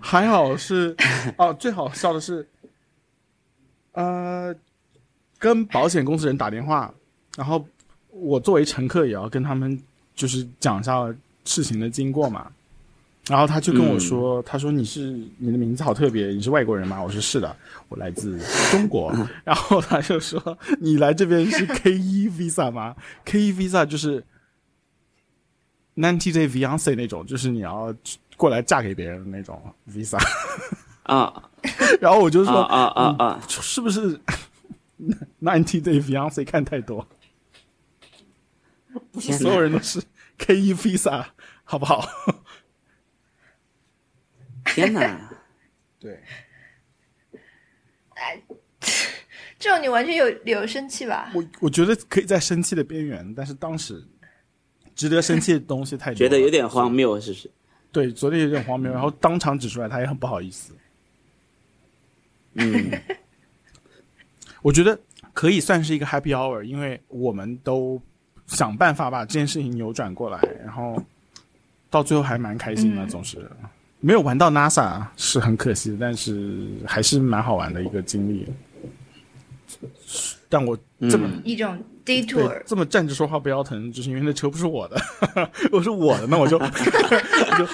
Speaker 3: 还好是哦，最好笑的是，呃，跟保险公司人打电话，然后我作为乘客也要跟他们就是讲一下事情的经过嘛。然后他就跟我说：“他说你是你的名字好特别，你是外国人吗？”我说：“是的，我来自中国。”然后他就说：“你来这边是 K 一 visa 吗？K 一 visa 就是 ninety day fiance 那种，就是你要过来嫁给别人的那种 visa。
Speaker 2: 啊
Speaker 3: 然后我就
Speaker 2: 啊
Speaker 3: 说，
Speaker 2: 啊啊啊！
Speaker 3: 是不是 ninety day fiance 看太多？不是
Speaker 2: 天哪
Speaker 3: 所有人都是 K E visa，好不好？
Speaker 2: 天 哪！
Speaker 3: 对，
Speaker 1: 这种你完全有理由生气吧？
Speaker 3: 我我觉得可以在生气的边缘，但是当时值得生气的东西太多了，
Speaker 2: 觉得有点荒谬，是不是？
Speaker 3: 对，昨天有点荒谬，然后当场指出来，他也很不好意思。
Speaker 2: 嗯，
Speaker 3: 我觉得可以算是一个 happy hour，因为我们都想办法把这件事情扭转过来，然后到最后还蛮开心的，
Speaker 1: 嗯
Speaker 3: 总是没有玩到 NASA 是很可惜的，但是还是蛮好玩的一个经历。但我这么、
Speaker 2: 嗯
Speaker 1: 一种
Speaker 3: 对
Speaker 1: detour，
Speaker 3: 这么站着说话不腰疼，就是因为那车不是我的， 我是我的，那我就我就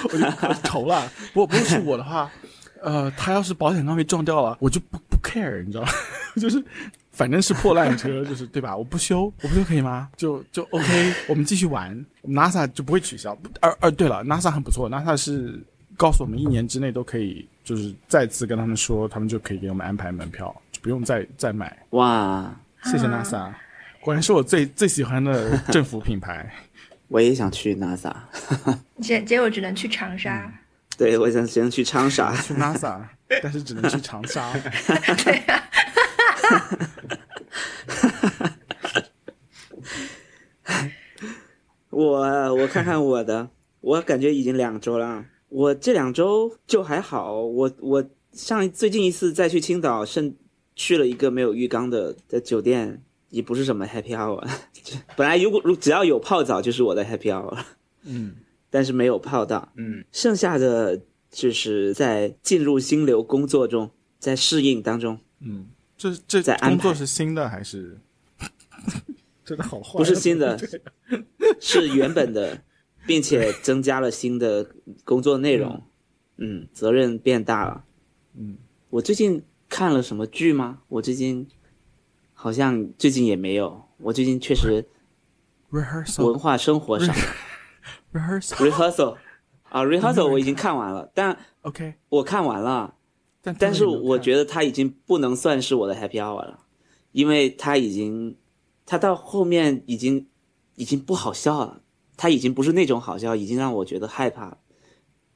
Speaker 3: 我就我就愁了。不过不是我的话，呃，他要是保险杠被撞掉了，我就不不 care，你知道吗？ 就是反正是破烂车，就是对吧？我不修，我不修可以吗？就就 OK，我们继续玩。NASA 就不会取消。而而对了，NASA 很不错，NASA 是告诉我们一年之内都可以，就是再次跟他们说，他们就可以给我们安排门票，就不用再再买。
Speaker 2: 哇，
Speaker 3: 谢
Speaker 2: 啊
Speaker 3: 谢 NASA，果然是我最最喜欢的政府品牌。
Speaker 2: 我也想去 NASA，
Speaker 1: 结结果只能去长沙。
Speaker 2: 对我想先去长沙。
Speaker 3: 去 NASA，但是只能去长沙。
Speaker 2: 我我看看我的，我感觉已经两周了。啊我这两周就还好，我我上一最近一次再去青岛，甚去了一个没有浴缸的的酒店，也不是什么 happy hour。本 来如果如只要有泡澡就是我的 happy hour，
Speaker 3: 嗯，
Speaker 2: 但是没有泡到。
Speaker 4: 嗯，
Speaker 2: 剩下的就是在进入心流工作中，在适应当中，
Speaker 3: 嗯，这这
Speaker 2: 在安排
Speaker 3: 工作是新的还是？ 真的好坏啊？
Speaker 2: 不是新的，是原本 的，并且增加了新的工作内容。嗯，责任变大了。
Speaker 3: 嗯，
Speaker 2: 我最近看了什么剧吗？我最近好像最近也没有。我最近确实文
Speaker 3: ，rehearsal
Speaker 2: 化生活 上
Speaker 3: rehearsal
Speaker 2: rehearsal 啊 rehearsal 我已经看完了，但
Speaker 3: OK，
Speaker 2: 我看完了。
Speaker 3: 但
Speaker 2: 但是我
Speaker 3: 得
Speaker 2: 觉得它已经不能算是我的 happy hour 了，因为它已经，它到后面已经已经不好笑了，它已经不是那种好笑，已经让我觉得害怕了。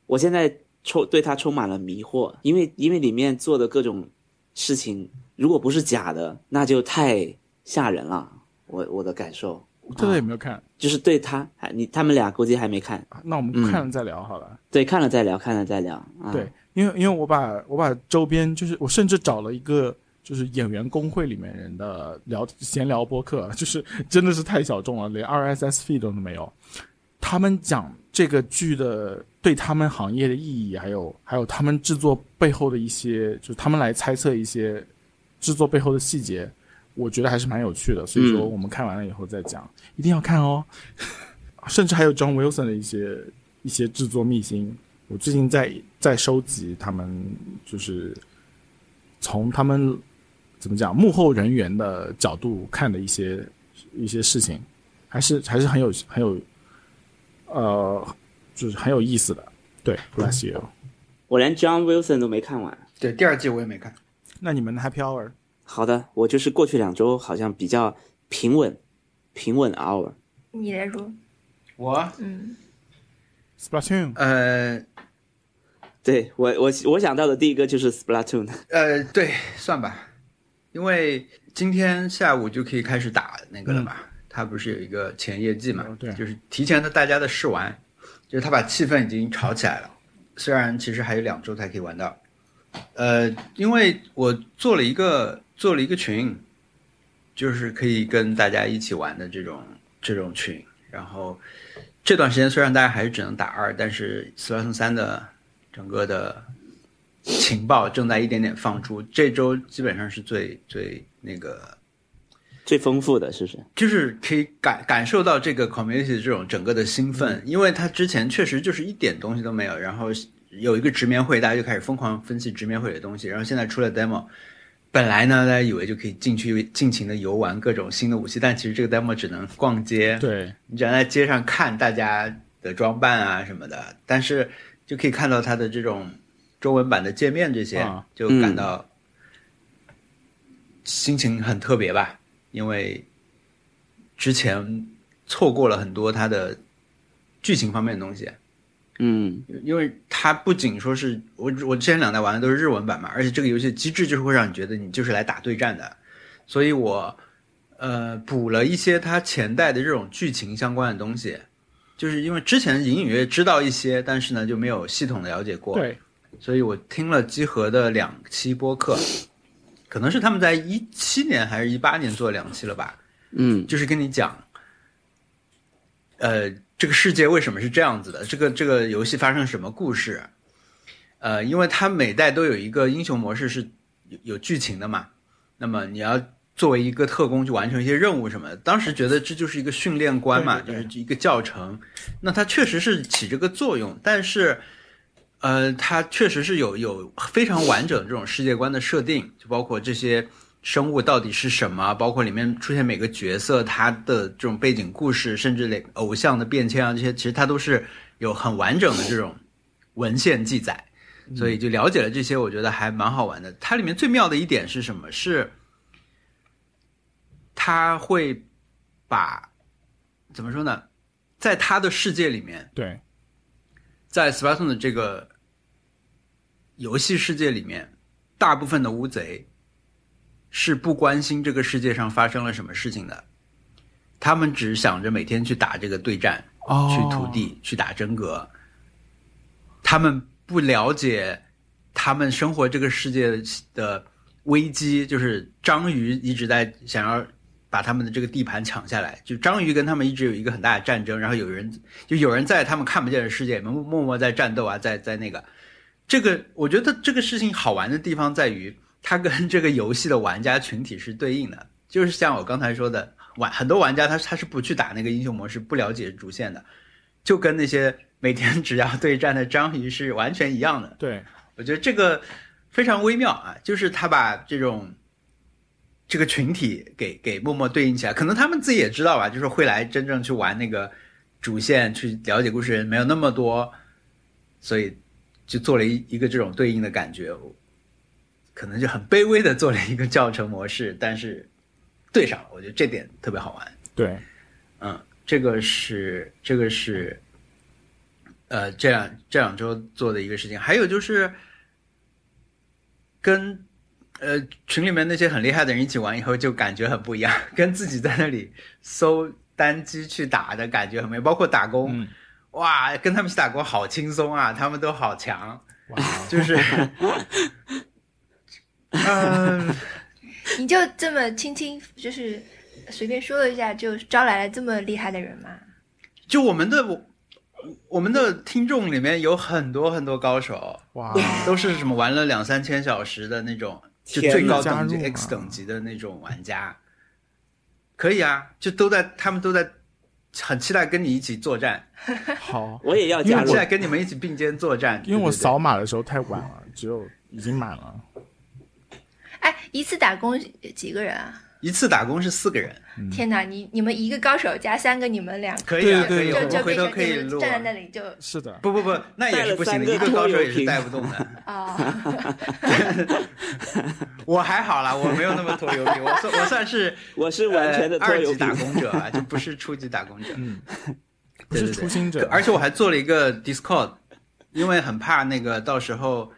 Speaker 2: 我现在充对它充满了迷惑，因为因为里面做的各种事情，如果不是假的，那就太吓人了。我我的感受
Speaker 3: 这个也没有看，
Speaker 2: 就是对他，还你他们俩估计还没看，
Speaker 3: 啊那我们
Speaker 2: 嗯
Speaker 3: 看了再聊好了。
Speaker 2: 对，看了再聊，看了再聊啊。
Speaker 3: 对，，因为因为我把我把周边，就是我甚至找了一个。就是演员工会里面人的聊闲聊播客，就是真的是太小众了，连 RSS feed 都没有。他们讲这个剧的对他们行业的意义，还有还有他们制作背后的一些，就是他们来猜测一些制作背后的细节，我觉得还是蛮有趣的。所以说
Speaker 2: 嗯
Speaker 3: 我们看完了以后再讲，一定要看哦。甚至还有 John Wilson 的一些一些制作秘辛，我最近在在收集他们，就是从他们怎么讲幕后人员的角度看的一些一些事情，还是还是很有很有呃，就是很有意思的。啊对，bless you。
Speaker 2: 我连 John Wilson 都没看完。
Speaker 4: 对，第二季我也没看。
Speaker 3: 那你们的 Happy Hour
Speaker 2: 好的，我就是过去两周好像比较平稳，平稳 hour。
Speaker 4: 嗯
Speaker 1: 你来说，
Speaker 4: 我
Speaker 1: 嗯，
Speaker 3: Splatoon
Speaker 4: 呃
Speaker 2: 对我，我我想到的第一个就是 Splatoon，
Speaker 4: 呃，对，算吧，因为今天下午就可以开始打那个了嘛。它不是有一个前夜祭嘛
Speaker 3: 哦？对
Speaker 4: 就是提前的大家的试玩，就是他把气氛已经炒起来了。虽然其实还有两周才可以玩到，呃，因为我做了一个做了一个群，就是可以跟大家一起玩的这种这种群。然后这段时间虽然大家还是只能打二，但是《斯拉通三》的整个的情报正在一点点放出，这周基本上是最最那个
Speaker 2: 最丰富的是不是？
Speaker 4: 就是可以感感受到这个 community 这种整个的兴奋，因为他之前确实就是一点东西都没有，然后有一个直面会，大家就开始疯狂分析直面会里的东西，然后现在出了 demo。本来呢，大家以为就可以进去尽情的游玩各种新的武器，但其实这个 demo 只能逛街，
Speaker 3: 对
Speaker 4: 你只能在街上看大家的装扮啊什么的，但是就可以看到它的这种中文版的界面这些，
Speaker 3: 啊
Speaker 4: 就感到心情很特别吧，因为之前错过了很多它的剧情方面的东西，
Speaker 2: 嗯，
Speaker 4: 因为它不仅说是我我之前两代玩的都是日文版嘛，而且这个游戏机制就是会让你觉得你就是来打对战的，所以我呃补了一些它前代的这种剧情相关的东西，就是因为之前隐隐约约知道一些，但是呢就没有系统的了解过，
Speaker 3: 对，
Speaker 4: 所以我听了集合的两期播客，可能是他们在一七年还是一八年做两期了吧，
Speaker 2: 嗯，
Speaker 4: 就是跟你讲，呃，这个世界为什么是这样子的？这个这个游戏发生了什么故事？呃，因为它每代都有一个英雄模式是有有剧情的嘛，那么你要作为一个特工去完成一些任务什么的。当时觉得这就是一个训练官嘛，
Speaker 3: 对对对
Speaker 4: 就是一个教程，那它确实是起这个作用，但是呃，它确实是有有非常完整这种世界观的设定，就包括这些生物到底是什么，包括里面出现每个角色他的这种背景故事，甚至连偶像的变迁啊，这些其实它都是有很完整的这种文献记载，所以就了解了这些，我觉得还蛮好玩的。它里面最妙的一点是什么？是它会把怎么说呢，在他的世界里面。
Speaker 3: 对，
Speaker 4: 在 Splatoon 的这个游戏世界里面，大部分的乌贼是不关心这个世界上发生了什么事情的，他们只想着每天去打这个对战，
Speaker 3: 哦
Speaker 4: 去土地，去打真格。他们不了解他们生活这个世界的危机，就是章鱼一直在想要把他们的这个地盘抢下来。就章鱼跟他们一直有一个很大的战争，然后有人就有人在他们看不见的世界里面默默默在战斗啊，在在那个这个，我觉得这个事情好玩的地方在于，它跟这个游戏的玩家群体是对应的。就是像我刚才说的，玩很多玩家他他是不去打那个英雄模式，不了解主线的，就跟那些每天只要对战的章鱼是完全一样的。
Speaker 3: 对，
Speaker 4: 我觉得这个非常微妙啊，就是他把这种这个群体给给默默对应起来，可能他们自己也知道吧，就是会来真正去玩那个主线去了解故事人没有那么多，所以就做了一一个这种对应的感觉，可能就很卑微的做了一个 教程模式，但是对上了，我觉得这点特别好玩。
Speaker 3: 对，
Speaker 4: 嗯，这个是这个是，呃，这两这两周做的一个事情，还有就是跟呃群里面那些很厉害的人一起玩以后，就感觉很不一样， 跟自己在那里搜单机去打的感觉很不一样，包括打工，
Speaker 3: 嗯
Speaker 4: 哇，跟他们一起打工好轻松啊，他们都好强，
Speaker 3: 哇，
Speaker 4: 就是，嗯、
Speaker 1: 你就这么轻轻就是随便说了一下，就招来了这么厉害的人吗？
Speaker 4: 就我们的我我们的听众里面有很多很多高手。
Speaker 3: 哇，
Speaker 4: 都是什么玩了两三千小时的那种，就
Speaker 2: 天
Speaker 4: 最
Speaker 2: 哪
Speaker 4: 高等级
Speaker 3: 加入啊
Speaker 4: X 等级的那种玩家，可以啊，就都在他们都在很期待跟你一起作战，
Speaker 3: 好，
Speaker 2: 我也要加
Speaker 4: 很
Speaker 2: 入
Speaker 4: 期。待跟你们一起并肩作战。
Speaker 3: 因为我
Speaker 4: 对对对
Speaker 3: 扫码的时候太晚了，只有已经满了。
Speaker 1: 哎，一次打工几个人啊？
Speaker 4: 一次打工是四个人，
Speaker 3: 嗯
Speaker 1: 天哪，你你们一个高手加三个，你们两个，
Speaker 4: 可以啊，
Speaker 3: 对对对
Speaker 4: 可以啊，
Speaker 1: 就
Speaker 4: 我
Speaker 1: 就
Speaker 4: 们回
Speaker 1: 变
Speaker 4: 头
Speaker 1: 成
Speaker 4: 可以
Speaker 1: 你们
Speaker 4: 录
Speaker 1: 站
Speaker 4: 啊。
Speaker 1: 在那里就是
Speaker 3: 的，
Speaker 4: 不不不，那也是不行的，
Speaker 2: 带了三
Speaker 4: 一
Speaker 2: 个
Speaker 4: 个
Speaker 2: 拖
Speaker 4: 高手也
Speaker 2: 油
Speaker 4: 是
Speaker 2: 瓶
Speaker 4: 带不动的。
Speaker 1: 哦，
Speaker 4: 我还好啦，我没有那么拖油瓶，我算我算是
Speaker 2: 我是完全的
Speaker 4: 呃
Speaker 2: 拖
Speaker 4: 二
Speaker 2: 油
Speaker 4: 级
Speaker 2: 瓶
Speaker 4: 打，工者啊，就不是初级打工者。
Speaker 3: 嗯，不
Speaker 4: 对
Speaker 3: 是
Speaker 4: 对对
Speaker 3: 初心者，
Speaker 4: 而且我还做了一个 Discord，因为很怕那个到时候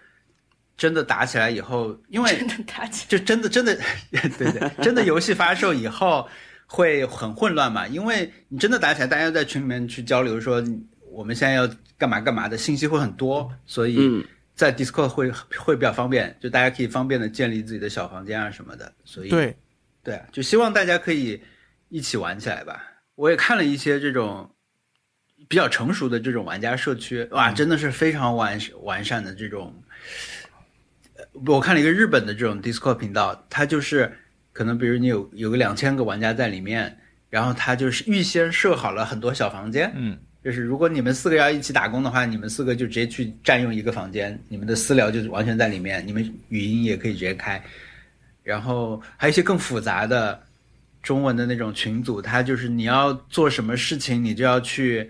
Speaker 4: 真的打起来以后，因 为
Speaker 1: 真的打起
Speaker 4: 就真的真的， 对对，真的游戏发售以后会很混乱嘛，因为你真的打起来，大家在群里面去交流说你我们现在要干嘛干嘛的信息会很多，所以
Speaker 2: 嗯，
Speaker 4: 在 Discord 会会比较方便，就大家可以方便的建立自己的小房间啊什么的，所以
Speaker 3: 对，
Speaker 4: 对啊，就希望大家可以一起玩起来吧。我也看了一些这种比较成熟的这种玩家社区，哇，真的是非常完完善的这种。呃我看了一个日本的这种 Discord 频道，它就是可能比如你有有个两千个玩家在里面，然后它就是预先设好了很多小房间，
Speaker 3: 嗯，
Speaker 4: 就是如果你们四个要一起打工的话，你们四个就直接去占用一个房间，你们的私聊就完全在里面，你们语音也可以直接开。然后还有一些更复杂的中文的那种群组，它就是你要做什么事情，你就要去，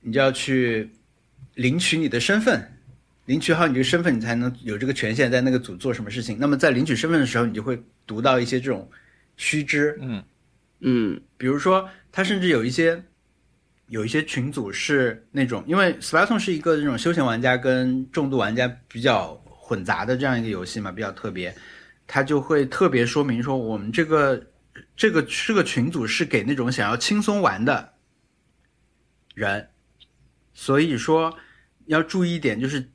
Speaker 4: 你就要去领取你的身份，领取好你这个身份，你才能有这个权限在那个组做什么事情。那么在领取身份的时候，你就会读到一些这种须知，
Speaker 2: 嗯，
Speaker 4: 比如说，它甚至有一些有一些群组是那种，因为 Splatoon 是一个这种休闲玩家跟重度玩家比较混杂的这样一个游戏嘛，比较特别，它就会特别说明说我们这个这个这个群组是给那种想要轻松玩的人，所以说要注意一点，就是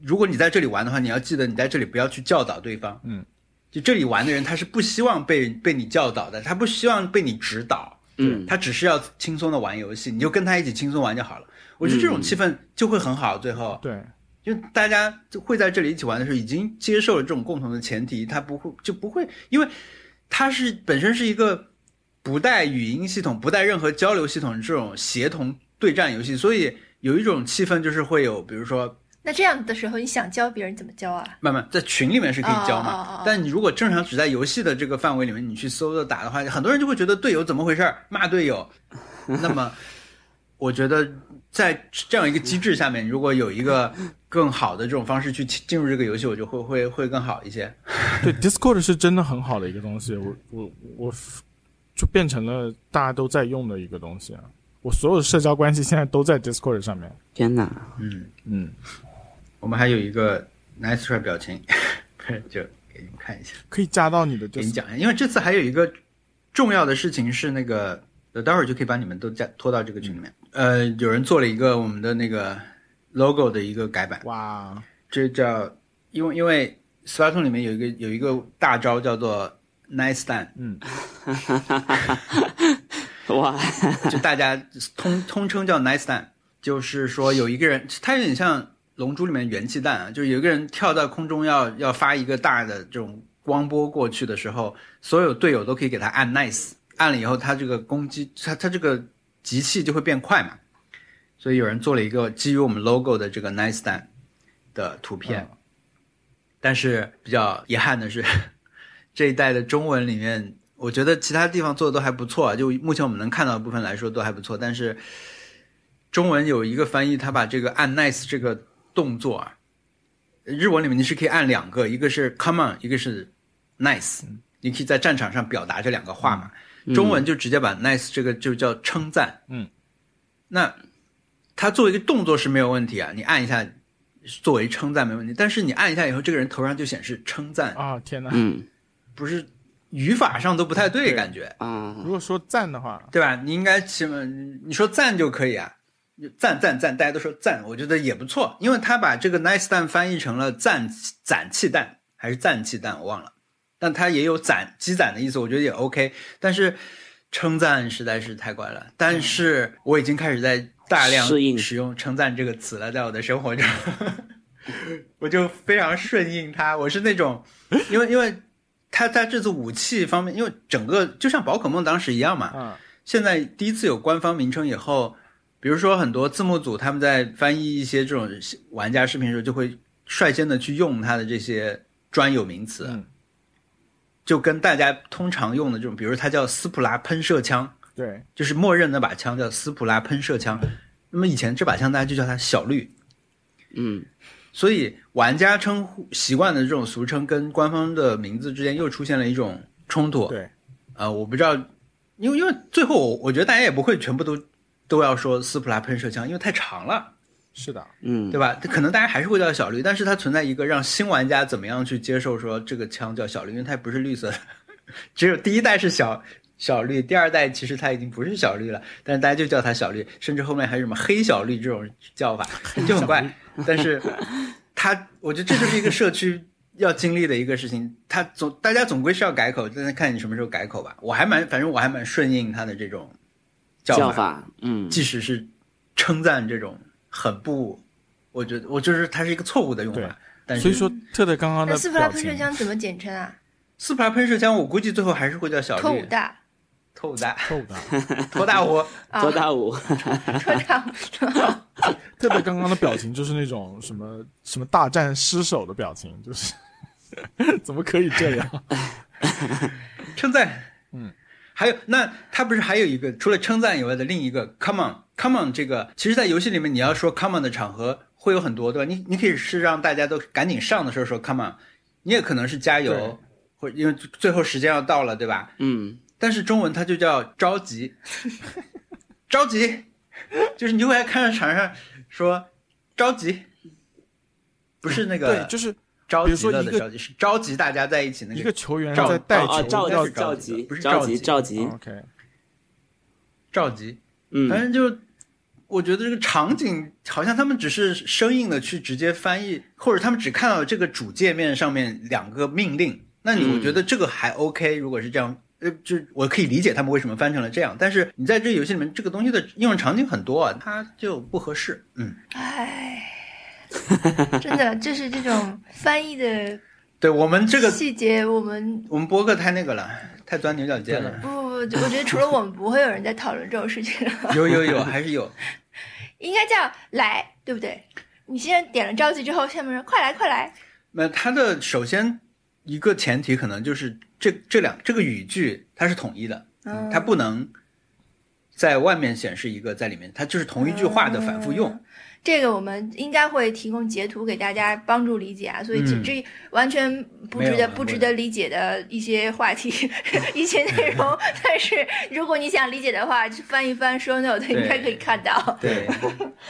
Speaker 4: 如果你在这里玩的话，你要记得你在这里不要去教导对方。
Speaker 3: 嗯，
Speaker 4: 就这里玩的人，他是不希望被被你教导的，他不希望被你指导，
Speaker 2: 嗯
Speaker 4: 他只是要轻松的玩游戏，你就跟他一起轻松玩就好了。我觉得这种气氛就会很好，最后。
Speaker 3: 对，
Speaker 4: 就大家就会在这里一起玩的时候，已经接受了这种共同的前提，他不会就不会，因为它是本身是一个不带语音系统、不带任何交流系统的这种协同对战游戏，所以有一种气氛，就是会有，比如说，
Speaker 1: 那这样的时候，你想教别人怎么教啊？
Speaker 4: 慢慢在群里面是可以教
Speaker 1: 哦哦哦
Speaker 4: 嘛
Speaker 1: 哦，
Speaker 4: 但你如果正常只在游戏的这个范围里面，你去搜的打的话，很多人就会觉得队友怎么回事儿，骂 队友。那么，我觉得在这样一个机制下面，如果有一个更好的这种方式去进入这个游戏，我就会会会更好一些。
Speaker 3: 对，Discord 是真的很好的一个东西，我我我就变成了大家都在用的一个东西啊。我所有的社交关系现在都在 Discord 上面。
Speaker 2: 天哪，
Speaker 4: 嗯，
Speaker 3: 嗯，
Speaker 4: 我们还有一个 nice try 表情， 就给你们看一下。
Speaker 3: 可以加到你的
Speaker 4: 给你
Speaker 3: Discord。
Speaker 4: 讲一下，因为这次还有一个重要的事情是那个，呃待会儿就可以把你们都加拖到这个群里面。呃，有人做了一个我们的那个 logo 的一个改版，
Speaker 3: 哇，
Speaker 4: 这叫因为因为 Splatoon 里面有一个有一个大招叫做 Nice Stand，
Speaker 3: 嗯，
Speaker 2: 哇，
Speaker 4: 就大家通通称叫 Nice Stand，就是说有一个人，他有点像龙珠里面元气弹啊，就是有一个人跳到空中要要发一个大的这种光波过去的时候，所有队友都可以给他按 Nice，按了以后他这个攻击，他他这个集气就会变快嘛。所以有人做了一个基于我们 logo 的这个 Nice Stand 的图片，但是比较遗憾的是， 这一代的中文里面，我觉得其他地方做的都还不错啊，就目前我们能看到的部分来说都还不错。但是中文有一个翻译，他把这个按 nice 这个动作啊，日文里面你是可以按两个，一个是 come on，一个是 nice，你可以在战场上表达这两个话嘛。中文就直接把 nice 这个就叫称赞，
Speaker 3: 嗯，
Speaker 4: 那他作为一个动作是没有问题啊，你按一下作为称赞没问题，但是你按一下以后，这个人头上就显示称赞，
Speaker 3: 啊，天哪！
Speaker 2: 嗯
Speaker 4: 不是语法上都不太对，
Speaker 3: 对
Speaker 4: 感觉
Speaker 2: 啊，
Speaker 3: 如果说赞的话，
Speaker 4: 对吧？你应该起码你说赞就可以啊，赞赞赞，大家都说赞，我觉得也不错，因为他把这个 nice 蛋翻译成了赞攒气蛋还是赞气蛋，我忘了，但他也有攒积攒的意思，我觉得也 OK，但是称赞实在是太怪了，但是我已经开始在大量
Speaker 2: 适应
Speaker 4: 使用“称赞”这个词了，在我的生活中。 我就非常顺应他，我是那种，因为因为他他这次武器方面，因为整个就像宝可梦当时一样嘛，
Speaker 3: 嗯，
Speaker 4: 现在第一次有官方名称以后，比如说很多字幕组他们在翻译一些这种玩家视频的时候，就会率先的去用它的这些专有名词，
Speaker 3: 嗯
Speaker 4: 就跟大家通常用的这种，比如它叫斯普拉喷射枪，
Speaker 3: 对，
Speaker 4: 就是默认那把枪叫斯普拉喷射枪。那么以前这把枪大家就叫它小绿，
Speaker 2: 嗯，
Speaker 4: 所以玩家称呼习惯的这种俗称跟官方的名字之间又出现了一种冲突。
Speaker 3: 对，
Speaker 4: 啊，我不知道，因为因为最后我我觉得大家也不会全部都都要说斯普拉喷射枪，因为太长了，
Speaker 3: 是的，
Speaker 2: 嗯，
Speaker 4: 对吧？可能大家还是会叫小绿，但是它存在一个让新玩家怎么样去接受说这个枪叫小绿，因为它不是绿色的，只有第一代是小。小绿，第二代其实它已经不是小绿了，但是大家就叫它小绿，甚至后面还有什么黑小绿这种叫法，就很 怪。但是它，我觉得这就是一个社区要经历的一个事情。它总大家总归是要改口，但是看你什么时候改口吧。我还蛮，反正我还蛮顺应它的这种叫
Speaker 2: 叫
Speaker 4: 法
Speaker 2: 法，嗯，
Speaker 4: 即使是称赞这种很不，我觉得我就是它是一个错误的用
Speaker 3: 对
Speaker 4: 法。但是
Speaker 3: 所以说特特刚刚的
Speaker 1: 那斯普拉
Speaker 3: 表
Speaker 1: 喷射
Speaker 3: 情，
Speaker 1: 枪怎么简称啊？
Speaker 4: 斯普拉喷射枪，我估计最后还是会叫小
Speaker 1: 脱
Speaker 4: 绿
Speaker 1: 武大
Speaker 4: 脱武大
Speaker 3: 臭的。
Speaker 4: 脱大火，
Speaker 1: 啊，
Speaker 2: 多大五，
Speaker 1: 脱大武
Speaker 3: 特特刚刚的表情就是那种什么什么大战失手的表情，就是 怎么可以这样？
Speaker 4: 称赞。
Speaker 3: 嗯，
Speaker 4: 还有那他不是还有一个除了称赞以外的另一个 come on，come on 这个，其实，在游戏里面你要说 come on 的场合会有很多，对吧？你你可以是让大家都赶紧上的时候说 come on，你也可能是加油，或因为最后时间要到了，对吧？
Speaker 2: 嗯，
Speaker 4: 但是中文它就叫着急， 着急，就是你就会看着场上说着急，不是那
Speaker 3: 对，
Speaker 4: 个
Speaker 3: 就是
Speaker 4: 着
Speaker 3: 比如
Speaker 4: 急
Speaker 3: 说
Speaker 4: 了
Speaker 3: 一
Speaker 4: 的
Speaker 3: 个
Speaker 4: 着急，是着急大家在一起那
Speaker 3: 一
Speaker 4: 个
Speaker 3: 个球员
Speaker 4: 赵
Speaker 3: 在带
Speaker 2: 哦哦
Speaker 3: 球
Speaker 2: 赵
Speaker 4: 应该
Speaker 3: 要
Speaker 4: 是
Speaker 2: 赵
Speaker 4: 赵
Speaker 2: 急，
Speaker 4: 急不是啊
Speaker 2: 赵
Speaker 4: 赵
Speaker 2: 急，
Speaker 4: 急
Speaker 2: 赵急，
Speaker 3: OK，
Speaker 4: 着急，
Speaker 2: 嗯，
Speaker 4: 反正就我觉得这个场景好像他们只是生硬的去直接翻译，或者他们只看到这个主界面上面两个命令，那你
Speaker 2: 嗯
Speaker 4: 我觉得这个还 OK，如果是这样。呃，就我可以理解他们为什么翻成了这样，但是你在这个游戏里面，这个东西的应用场景很多啊，它就不合适。嗯，
Speaker 1: 哎，真 的，就是这种翻译的
Speaker 4: 对我们这个
Speaker 1: 细节，我们
Speaker 4: 我们播客太那个了，太钻牛角尖了。
Speaker 1: 不不不，我觉得除了我们，不会有人在讨论这种事情了。
Speaker 4: 有有有，还是有。
Speaker 1: 应该叫来，对不对？你现在点了着急之后，下面说快来快来，
Speaker 4: 那它的首先一个前提可能就是这这两这个语句它是统一的，
Speaker 1: 嗯，
Speaker 4: 它不能在外面显示一个在里面，它就是同一句话的反复用。
Speaker 1: 嗯这个我们应该会提供截图给大家帮助理解啊，所以这
Speaker 4: 嗯
Speaker 1: 这完全不
Speaker 4: 没有
Speaker 1: 值得
Speaker 4: 没有
Speaker 1: 不值得理解的一些话题、 一些内容， 但是如果你想理解的话，去翻一翻 show note
Speaker 4: 对
Speaker 1: 应该可以看到。
Speaker 4: 对，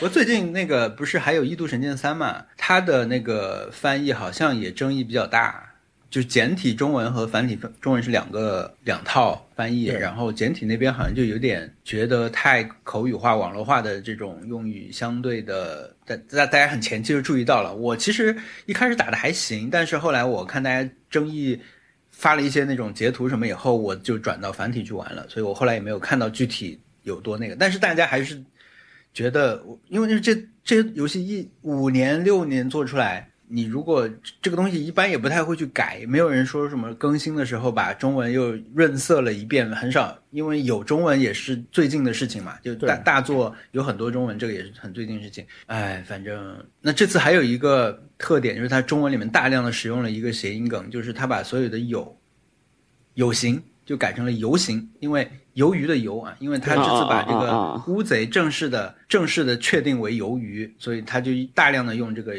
Speaker 4: 我最近那个不是还有《异度神剑三》嘛，它的那个翻译好像也争议比较大，就是简体中文和繁体分中文是两个两套翻译，
Speaker 3: 对
Speaker 4: 然后简体那边好像就有点觉得太口语化、网络化的这种用语相对的，大大大家很前期就注意到了。我其实一开始打的还行，但是后来我看大家争议。发了一些那种截图什么以后，我就转到繁体去玩了，所以我后来也没有看到具体有多那个，但是大家还是觉得我，因为就是这这些游戏一五年六年做出来，你如果这个东西一般也不太会去改，没有人说什么更新的时候把中文又润色了一遍，很少，因为有中文也是最近的事情嘛，就
Speaker 3: 对
Speaker 4: 大大作有很多中文，这个也是很最近的事情。哎，反正那这次还有一个特点就是它中文里面大量的使用了一个谐音梗，就是它把所有的有有形就改成了游行，因为鱿鱼的鱿啊，因为它这次把这
Speaker 2: 啊啊啊啊
Speaker 4: 个乌贼正式的正式的确定为鱿鱼，所以他就大量的用这个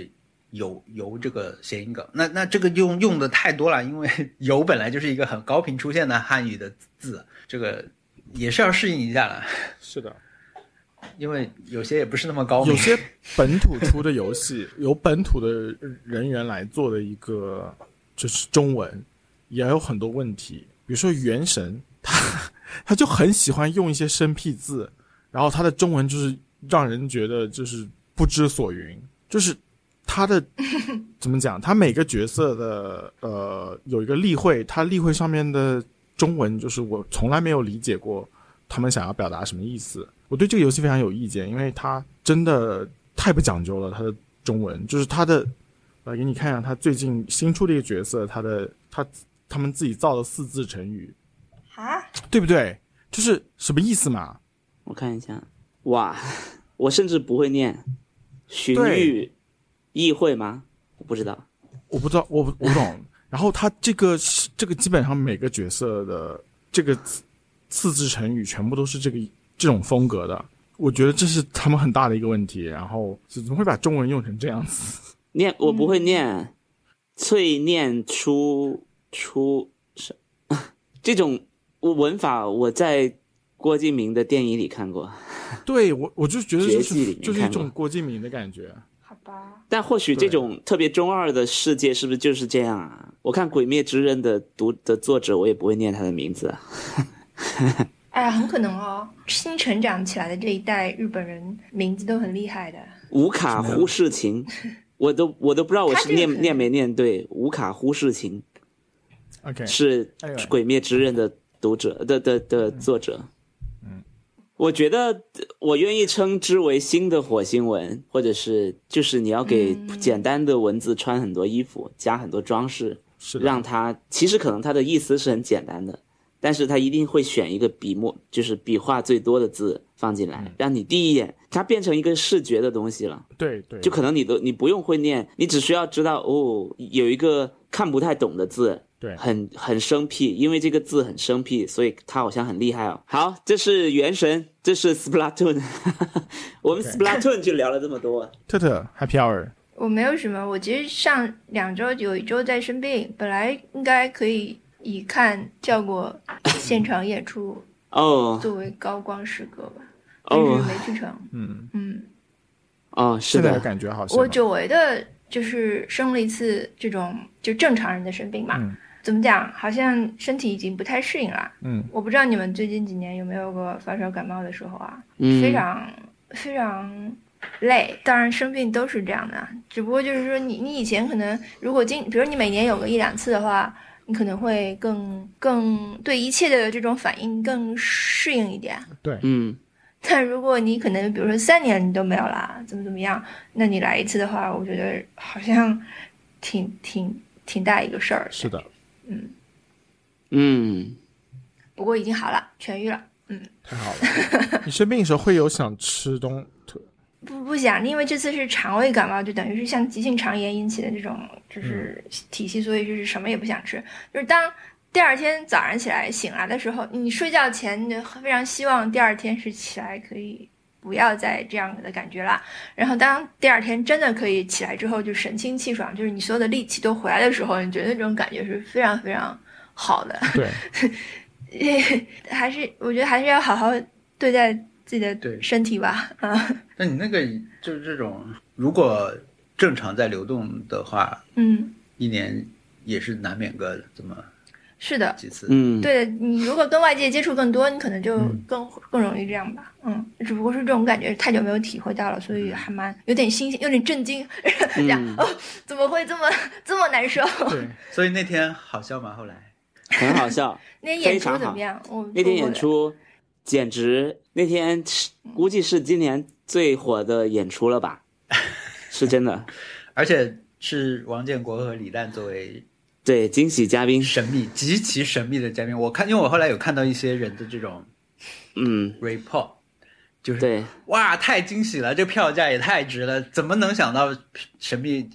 Speaker 4: 油油这个谐音梗。那那这个用用的太多了，因为油本来就是一个很高频出现的汉语的字，这个也是要适应一下了，
Speaker 3: 是的，
Speaker 4: 因为有些也不是那么高频
Speaker 3: 有。些本土出的游戏，由本土的人员来做的一个就是中文，也有很多问题。比如说《原神》，他他就很喜欢用一些生僻字，然后他的中文就是让人觉得就是不知所云，就是他的怎么讲？他每个角色的呃有一个例会，他例会上面的中文就是我从来没有理解过他们想要表达什么意思。我对这个游戏非常有意见，因为它真的太不讲究了。它的中文就是它的，来给你看一下它最近新出的一个角色，它的它他们自己造的四字成语，
Speaker 1: 啊，
Speaker 3: 对不对？就是什么意思嘛？
Speaker 2: 我看一下，哇，我甚至不会念荀
Speaker 3: 对
Speaker 2: 彧议会吗？我不知道。
Speaker 3: 我不知道，我不我不懂。然后它这个是这个基本上每个角色的这个四四字成语全部都是这个这种风格的，我觉得这是他们很大的一个问题。然后怎么会把中文用成这样子？
Speaker 2: 念我不
Speaker 1: 嗯
Speaker 2: 会念，翠念出出是 这种文法，我在郭敬明的电影里看过，
Speaker 3: 对我我就觉得就
Speaker 2: 绝技里
Speaker 3: 是
Speaker 2: 面
Speaker 3: 就是一
Speaker 2: 看过
Speaker 3: 种郭敬明的感觉。
Speaker 1: 好吧，
Speaker 2: 但或许
Speaker 3: 对
Speaker 2: 这种特别中二的世界是不是就是这样啊？我看《鬼灭之刃》的读的作者，我也不会念他的名字啊。
Speaker 1: 哎呀，很可能哦，新成长起来的这一代日本人名字都很厉害的。
Speaker 2: 无卡忽视情，我都我都不知道我
Speaker 1: 他
Speaker 2: 是
Speaker 1: 这个
Speaker 2: 念
Speaker 1: 可能
Speaker 2: 念没念对。无卡忽视情
Speaker 3: OK，
Speaker 2: 是
Speaker 3: 哎呦
Speaker 2: 《鬼灭之刃》的读者的的的作者。
Speaker 3: 嗯，
Speaker 2: 我觉得我愿意称之为新的火星文，或者是就是你要给
Speaker 1: 嗯
Speaker 2: 简单的文字穿很多衣服，加很多装饰，
Speaker 3: 是的
Speaker 2: 让它其实可能它的意思是很简单的，但是它一定会选一个笔墨就是笔画最多的字放进
Speaker 3: 嗯
Speaker 2: 来，让你第一眼它变成一个视觉的东西了。
Speaker 3: 对对，
Speaker 2: 就可能你都你不用会念，你只需要知道哦，有一个看不太懂的字，
Speaker 3: 对
Speaker 2: 很很生僻，因为这个字很生僻，所以它好像很厉害哦。好，这是《原神》，这是 Splatoon，我们
Speaker 3: OK
Speaker 2: Splatoon 就聊了这么 多。
Speaker 3: 特特 Happy Hour
Speaker 1: 我没有什么，我其实上两周有一周在生病，本来应该可以以看效果现场演出
Speaker 2: 哦
Speaker 1: 作为高光时刻吧，但是
Speaker 2: 哦
Speaker 1: 没去成。
Speaker 3: 嗯，
Speaker 1: 嗯，
Speaker 2: 哦，是
Speaker 3: 现在的
Speaker 2: 的，
Speaker 3: 感觉好像
Speaker 1: 我久违的就是生了一次这种就正常人的生病嘛，
Speaker 3: 嗯
Speaker 1: 怎么讲，好像身体已经不太适应了。
Speaker 3: 嗯，
Speaker 1: 我不知道你们最近几年有没有过发烧感冒的时候啊，
Speaker 2: 嗯
Speaker 1: 非常非常累。当然，生病都是这样的，啊只不过就是说你，你以前可能如果经，比如你每年有个一两次的话，你可能会更更对一切的这种反应更适应一点。
Speaker 2: 嗯，
Speaker 1: 但如果你可能，比如说三年你都没有啦，怎么怎么样，那你来一次的话，我觉得好像挺挺挺大一个事儿。
Speaker 3: 是的，
Speaker 2: 嗯，
Speaker 1: 不过已经好了，痊愈了。
Speaker 3: 太好了。你生病的时候会有想吃东
Speaker 1: 不不想，因为这次是肠胃感冒，就等于是像急性肠炎引起的这种就是体系，所以就是什么也不想吃。就是当第二天早上起来醒来的时候，你睡觉前你就非常希望第二天是起来可以不要再这样的感觉了。然后当第二天真的可以起来之后，就神清气爽，就是你所有的力气都回来的时候，你觉得那种感觉是非常非常好的。
Speaker 3: 对，
Speaker 1: 还是我觉得还是要好好对待自己的
Speaker 4: 对
Speaker 1: 身体吧。啊，
Speaker 4: 那你那个就是这种，如果正常在流动的话，
Speaker 1: 嗯，
Speaker 4: 一年也是难免个这么
Speaker 1: 是的，
Speaker 4: 几次。
Speaker 2: 嗯，
Speaker 1: 对的，你如果跟外界接触更多，你可能就
Speaker 4: 嗯
Speaker 1: 更、更容易这样吧。嗯，只不过是这种感觉太久没有体会到了，所以
Speaker 2: 嗯
Speaker 1: 还蛮有点新鲜，有点震惊，这样、哦，怎么会这么这么难受？
Speaker 3: 对，
Speaker 4: 所以那天好笑吗？后来
Speaker 2: 很 好笑。
Speaker 1: 那天演
Speaker 2: 非
Speaker 1: 出
Speaker 2: 常
Speaker 1: 怎么
Speaker 2: 好
Speaker 1: 样？我
Speaker 2: 那天
Speaker 1: 我
Speaker 2: 演出简直，那天是估计是今年最火的演出了 吧？是真的，
Speaker 4: 而且是王建国和李诞作为
Speaker 2: 对惊喜嘉宾，
Speaker 4: 神秘、极其神秘的嘉宾。我看，因为我后来有看到一些人的这种
Speaker 2: 嗯，
Speaker 4: report，就是
Speaker 2: 对，
Speaker 4: 哇，太惊喜了，这票价也太值了，怎么能想到神秘嘉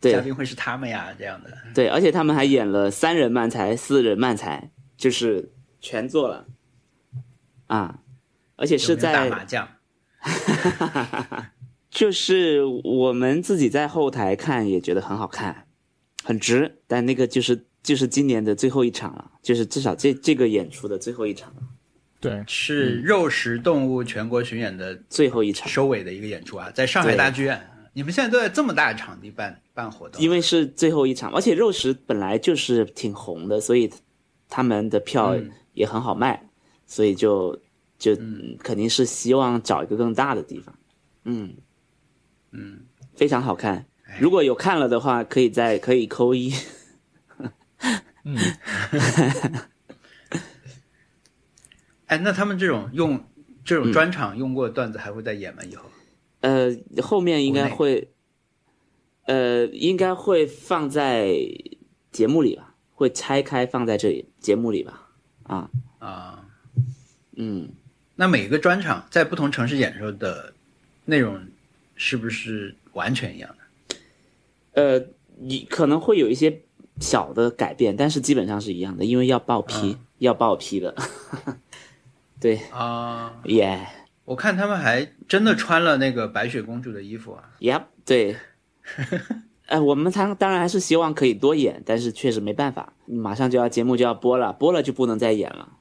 Speaker 2: 对
Speaker 4: 宾会是他们呀？这样的，
Speaker 2: 对，而且他们还演了三人漫才、四人漫才，就是全做了啊，而且是
Speaker 4: 有没有打
Speaker 2: 在
Speaker 4: 麻将，
Speaker 2: 就是我们自己在后台看也觉得很好看，很值。但那个就是就是今年的最后一场了，就是至少这这个演出的最后一场了，
Speaker 3: 对，
Speaker 2: 嗯
Speaker 4: 是肉食动物全国巡演的
Speaker 2: 最后一场，
Speaker 4: 收尾的一个演出啊，在上海大剧院。你们现在都在这么大的场地办办活动，
Speaker 2: 因为是最后一场，而且肉食本来就是挺红的，所以他们的票
Speaker 4: 嗯
Speaker 2: 也很好卖，所以就就、嗯肯定是希望找一个更大的地方。嗯
Speaker 4: 嗯，
Speaker 2: 非常好看
Speaker 4: 哎。
Speaker 2: 如果有看了的话，可以在可以扣一。
Speaker 3: 嗯，
Speaker 4: 哎，那他们这种用这
Speaker 2: 嗯
Speaker 4: 种专场用过的段子还会再演吗？以后
Speaker 2: 呃，后面应该
Speaker 4: 国内
Speaker 2: 会，呃，应该会放在节目里吧，会拆开放在这里节目里吧。啊，
Speaker 4: 啊、
Speaker 2: 嗯，
Speaker 4: 那每个专场在不同城市演的时候的内容是不是完全一样的？
Speaker 2: 呃，你可能会有一些小的改变，但是基本上是一样的，因为要报批，
Speaker 4: 嗯
Speaker 2: 要报批的。 对，
Speaker 4: 啊、
Speaker 2: 耶、
Speaker 4: 我看他们还真的穿了那个白雪公主的衣服啊，
Speaker 2: y e p 对。呃，我们当当然还是希望可以多演，但是确实没办法，马上就要节目就要播了，播了就不能再演了。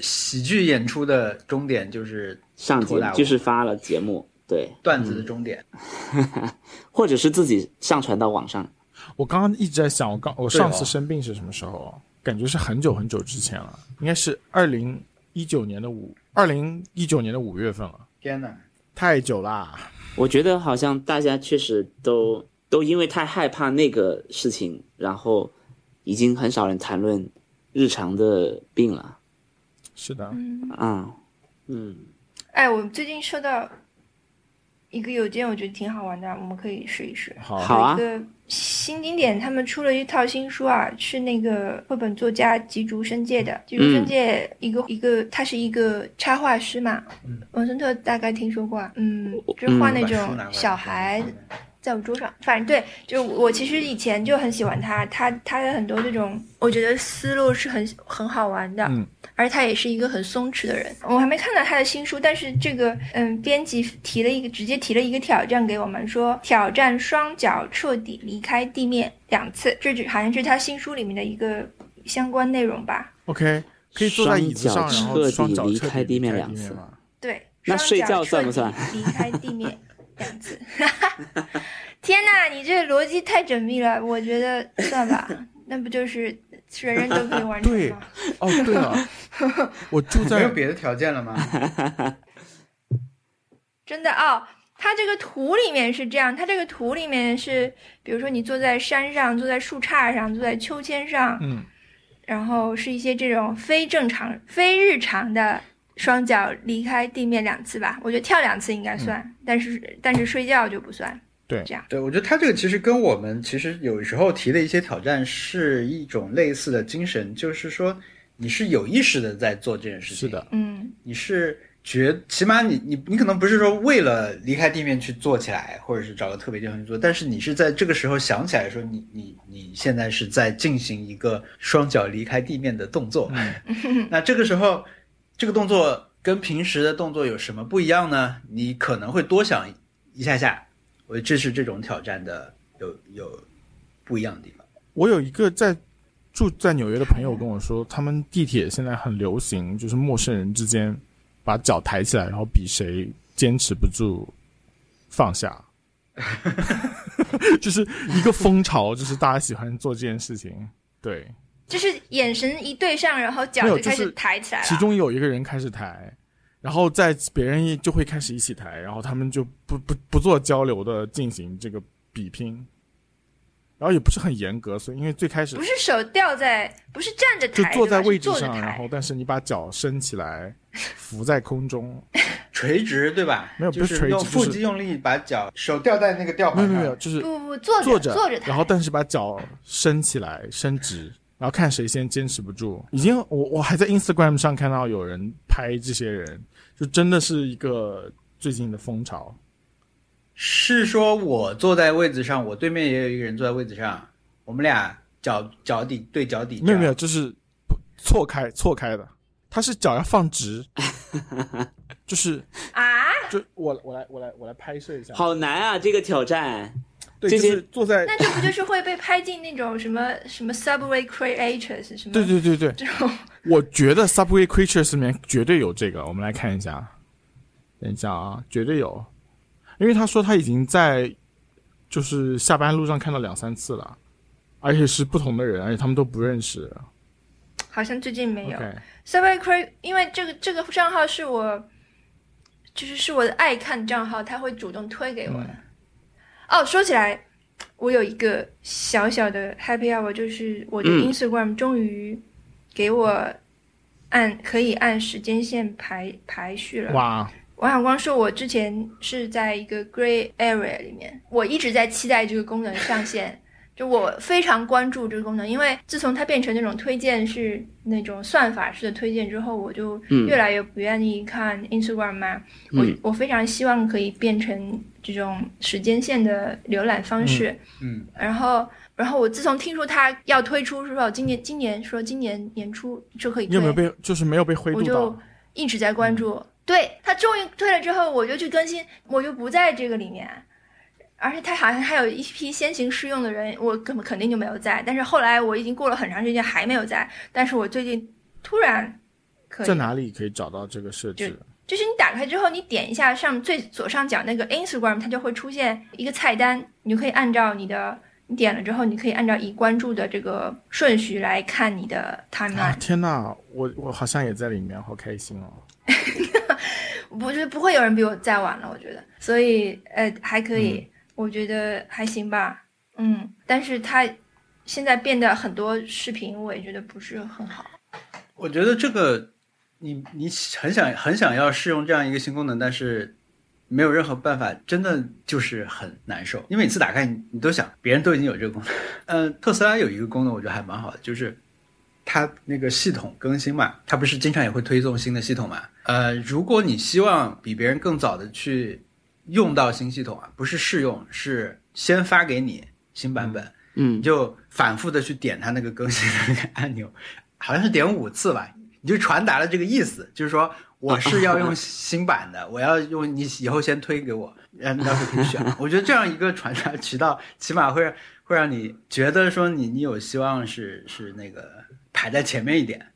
Speaker 4: 喜剧演出的终点就是
Speaker 2: 上节
Speaker 4: 拖大舞
Speaker 2: 就是发了节目，对，
Speaker 4: 段子的终点。
Speaker 2: 或者是自己上传到网上。
Speaker 3: 我刚刚一直在想，我刚我
Speaker 4: 对
Speaker 3: 上
Speaker 4: 哦
Speaker 3: 次生病是什么时候？感觉是很久很久之前了，应该是二零一九年的五，二零一九年的五月份了，
Speaker 4: 天哪！
Speaker 3: 太久啦。
Speaker 2: 我觉得好像大家确实都都因为太害怕那个事情，然后已经很少人谈论日常的病了
Speaker 3: 是的，
Speaker 2: 啊。嗯，
Speaker 1: 哎，我最近收到一个邮件，我觉得挺好玩的，我们可以试一试。
Speaker 3: 好，
Speaker 2: 好啊
Speaker 1: 有一个新经典，他们出了一套新书啊，是那个绘本作家吉竹伸介的。吉竹
Speaker 2: 嗯
Speaker 1: 伸介一个、一个，他是一个插画师嘛，文森特大概听说过啊，嗯，就是画那
Speaker 4: 嗯把书
Speaker 1: 种
Speaker 4: 拿过来
Speaker 1: 小孩在我桌上，反正对，就我其实以前就很喜欢他，他他的很多这种，我觉得思路是很很好玩的，
Speaker 3: 嗯，
Speaker 1: 而他也是一个很松弛的人。我还没看到他的新书，但是这个嗯，编辑提了一个直接提了一个挑战给我们，说挑战双脚彻底离开地面两次，这只好像是他新书里面的一个相关内容吧。
Speaker 3: OK，可以坐在椅子上，然
Speaker 2: 双脚
Speaker 3: 后双
Speaker 2: 彻
Speaker 3: 脚
Speaker 2: 底
Speaker 3: 彻
Speaker 2: 离开
Speaker 3: 地
Speaker 2: 地面
Speaker 3: 面
Speaker 2: 两次
Speaker 3: 吗
Speaker 1: 对，
Speaker 2: 那
Speaker 1: 双
Speaker 2: 睡
Speaker 1: 脚彻
Speaker 2: 觉算不
Speaker 1: 底
Speaker 2: 算
Speaker 1: 离开地面两次？ 天哪，你这逻辑太缜密了，我觉得算吧，那不就是人人都可以完成
Speaker 3: 对
Speaker 1: 吗？
Speaker 3: 哦，对了， 我住
Speaker 4: 没有
Speaker 3: 在
Speaker 4: 别的条件了 吗？
Speaker 1: 真的哦，它这个图里面是这样，它这个图里面是，比如说你坐在山上，坐在树杈上，坐在秋千上，
Speaker 3: 嗯，
Speaker 1: 然后是一些这种非正常、非日常的双脚离开地面两次吧。我觉得跳两次应该算，
Speaker 3: 嗯
Speaker 1: 但是但是睡觉就不算。
Speaker 4: 对，我觉得他这个其实跟我们其实有时候提的一些挑战是一种类似的精神，就是说你是有意识的在做这件事情，
Speaker 3: 是的，
Speaker 1: 嗯
Speaker 4: 你是觉，起码你你你可能不是说为了离开地面去做起来，或者是找个特别地方去做，但是你是在这个时候想起来说你，你你现在是在进行一个双脚离开地面的动作。
Speaker 3: 嗯
Speaker 4: 那这个时候，这个动作跟平时的动作有什么不一样呢？你可能会多想一下下，我觉得这是这种挑战的有有不一样的地方。
Speaker 3: 我有一个在住在纽约的朋友跟我说，他们地铁现在很流行，就是陌生人之间把脚抬起来，然后比谁坚持不住放下， 就是一个风潮，就是大家喜欢做这件事情。对，
Speaker 1: 就是眼神一对上，然后脚
Speaker 3: 没有
Speaker 1: 就开
Speaker 3: 就
Speaker 1: 始
Speaker 3: 是
Speaker 1: 抬起来了。
Speaker 3: 其中有一个人开始抬，然后在别人也就会开始一起抬，然后他们就不不不做交流的进行这个比拼，然后也不是很严格，所以因为最开始
Speaker 1: 不是手吊在，不是站着抬
Speaker 3: 就
Speaker 1: 的吧，
Speaker 3: 坐在位
Speaker 1: 是
Speaker 3: 置
Speaker 1: 坐着
Speaker 3: 上，
Speaker 1: 抬
Speaker 3: 然后但是你把脚伸起来，浮在 空中，
Speaker 4: 垂直对吧？
Speaker 3: 没有
Speaker 4: 就
Speaker 3: 不是垂直
Speaker 4: 用腹
Speaker 3: 就是
Speaker 4: 肌用力把脚手吊在那个吊
Speaker 3: 没
Speaker 4: 环
Speaker 3: 有
Speaker 4: 上。
Speaker 3: 没有没有，就是
Speaker 1: 不不不坐
Speaker 3: 坐
Speaker 1: 着
Speaker 3: 着，
Speaker 1: 坐着抬，
Speaker 3: 然后但是把脚伸起来，伸直，然后看谁先坚持不住。已经，我我还在 Instagram 上看到有人拍这些人，就真的是一个最近的风潮。
Speaker 4: 是说我坐在位子上，我对面也有一个人坐在位子上，我们俩脚脚底对脚底这样。
Speaker 3: 没有没有，就是不错开错开的，他是脚要放 直，就是
Speaker 1: 啊，
Speaker 3: 就我我来我来我来拍摄一下，
Speaker 2: 好难啊，这个挑战。
Speaker 3: 对，
Speaker 2: 这
Speaker 3: 就
Speaker 2: 些
Speaker 3: 是坐在
Speaker 1: 那这不就是会被拍进那种什么什么 Subway Creators 什么？
Speaker 3: 对对对对，
Speaker 1: 这种
Speaker 3: 我觉得 Subway Creatures 里面绝对有这个，我们来看一下。等一下啊，绝对有，因为他说他已经在就是下班路上看到两三次了，而且是不同的人，而且他们都不认识。
Speaker 1: 好像最近没有。
Speaker 3: OK，
Speaker 1: Subway Cra，因为这个这个账号是我，就是是我的爱看账号，他会主动推给我的。
Speaker 3: 嗯
Speaker 1: 哦，说起来，我有一个小小的 happy hour，就是我的
Speaker 2: 嗯
Speaker 1: Instagram 终于给我按、可以按时间线排排序了。
Speaker 3: 哇，
Speaker 1: 王小光说，我之前是在一个 gray area 里面，我一直在期待这个功能上线。就我非常关注这个功能，因为自从它变成那种推荐式、那种算法式的推荐之后，我就
Speaker 2: 嗯
Speaker 1: 越来越不愿意看 Instagram 嘛。
Speaker 2: 嗯
Speaker 1: 我我非常希望可以变成这种时间线的浏览方式。
Speaker 4: 嗯，
Speaker 1: 然后，然后我自从听说它要推出之后，今年今年说今年年初就可以推，
Speaker 3: 你有没有被就是没有被灰
Speaker 1: 我
Speaker 3: 度
Speaker 1: 就
Speaker 3: 到？
Speaker 1: 一直在
Speaker 3: 嗯
Speaker 1: 关注。对他终于退了之后，我就去更新，我就不在这个里面。而且他好像还有一批先行试用的人，我根本肯定就没有在。但是后来我已经过了很长时间还没有在，但是我最近突然可以
Speaker 3: 在，哪里可以找到这个设置？
Speaker 1: 就是你打开之后，你点一下上最左上角那个 Instagram，它就会出现一个菜单，你就可以按照你的你点了之后，你可以按照已关注的这个顺序来看你的
Speaker 4: 嗯
Speaker 1: timeline
Speaker 3: 啊，。天呐，我我好像也在里面，好开心哦！
Speaker 1: 不是不会有人比我再晚了，我觉得，所以呃还可以，我觉得还行吧，嗯，但是他现在变得很多视频，我也觉得不是很好，
Speaker 4: 我觉得这个你你很想很想要试用这样一个新功能，但是没有任何办法，真的就是很难受。因为每次打开你，你都想别人都已经有这个功能。呃，特斯拉有一个功能，我觉得还蛮好的，就是它那个系统更新嘛，它不是经常也会推送新的系统嘛。呃，如果你希望比别人更早的去用到新系统啊，不是试用，是先发给你新版本，你
Speaker 2: 嗯，
Speaker 4: 就反复的去点它那个更新的那个按钮， 好像是点五次吧，你就传达了这个意思，就是说我是要用新版的，我要用你以后先推给我，然后到时候可以选。 我觉得这样一个传达渠道，起码会会让你觉得说你你有希望是是那个排在前面一点，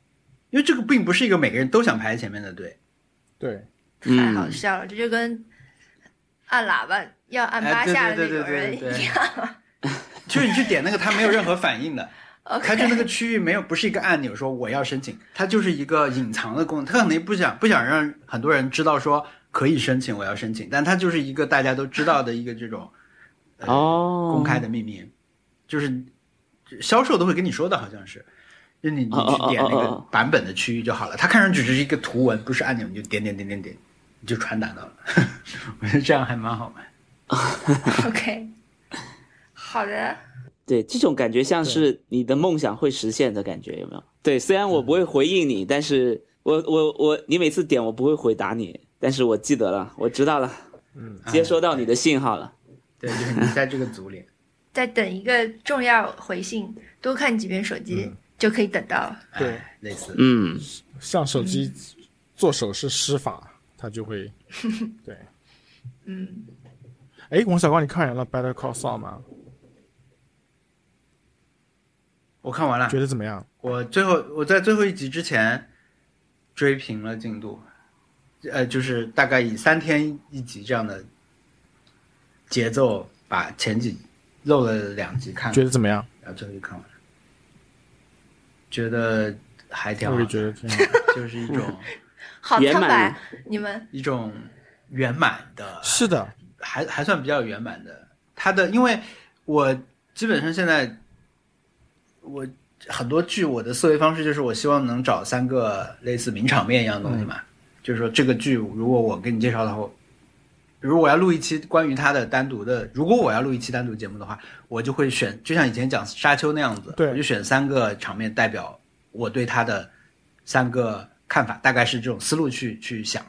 Speaker 4: 因为这个并不是一个每个人都想排在前面的队。
Speaker 3: 对，
Speaker 1: 太好笑了，这就跟按喇叭要按八
Speaker 4: 哎对
Speaker 1: 下的那
Speaker 4: 对对
Speaker 1: 种人
Speaker 4: 对对对
Speaker 1: 一样。
Speaker 4: 就是你去点那个，它没有任何反应的。它 就
Speaker 1: OK，
Speaker 4: 那个区域没有，不是一个按钮说我要申请，它就是一个隐藏的功能，它可能也不想不想让很多人知道说可以申请，我要申请，但它就是一个大家都知道的一个这种
Speaker 2: 哦，
Speaker 4: 公开的秘密，就是销售都会跟你说的，好像是，就你你
Speaker 2: 哦哦
Speaker 4: 去点那
Speaker 2: 哦哦
Speaker 4: 个
Speaker 2: 哦
Speaker 4: 版本的区域就好了，它看上去只是一个图文，不是按钮，你就点点点点点，你就传达到了， 我觉得这样还蛮好玩。
Speaker 1: OK，好的，
Speaker 2: 对，这种感觉像
Speaker 3: 对
Speaker 2: 是你的梦想会实现的感觉，有没有？对，虽然我不会回应你，但是我我我，你每次点我不会回答你，但是我记得了，我知道了，
Speaker 5: 嗯，
Speaker 2: 接收到你的信号了。
Speaker 5: 对，就是你在这个组里，
Speaker 1: 在等一个重要回信，多看几遍手机、就可以等到了。
Speaker 3: 对
Speaker 5: 哎，类似，
Speaker 2: 嗯，
Speaker 3: 像手机
Speaker 4: 嗯
Speaker 3: 做手势施法，它就 会对。
Speaker 1: 嗯，
Speaker 3: 哎，王小光，你看完了《Better Call Saul》吗？
Speaker 4: 我看完了，
Speaker 3: 觉得怎么样？
Speaker 4: 我最后我在最后一集之前追平了进度，呃，就是大概以三天一集这样的节奏把前几漏了两集看
Speaker 3: 觉
Speaker 4: 了，
Speaker 3: 得怎么样？
Speaker 4: 然后最后就看完了，觉得还挺好
Speaker 3: 我也
Speaker 4: 的，
Speaker 3: 觉得挺好。
Speaker 4: 就是一种
Speaker 1: 好
Speaker 2: 圆
Speaker 1: 苍白
Speaker 2: 满，
Speaker 1: 你们
Speaker 4: 一种圆满的
Speaker 3: 是的，
Speaker 4: 还还算比较圆满的。他的，因为我基本上现在我很多剧我的思维方式就是我希望能找三个类似名场面一样的东西嘛，就是说这个剧如果我给你介绍的话，如果我要录一期关于它的单独的，如果我要录一期单独节目的话，我就会选，就像以前讲沙丘那样子，
Speaker 3: 对
Speaker 4: 我就选三个场面代表我对它的三个看法，大概是这种思路去去想。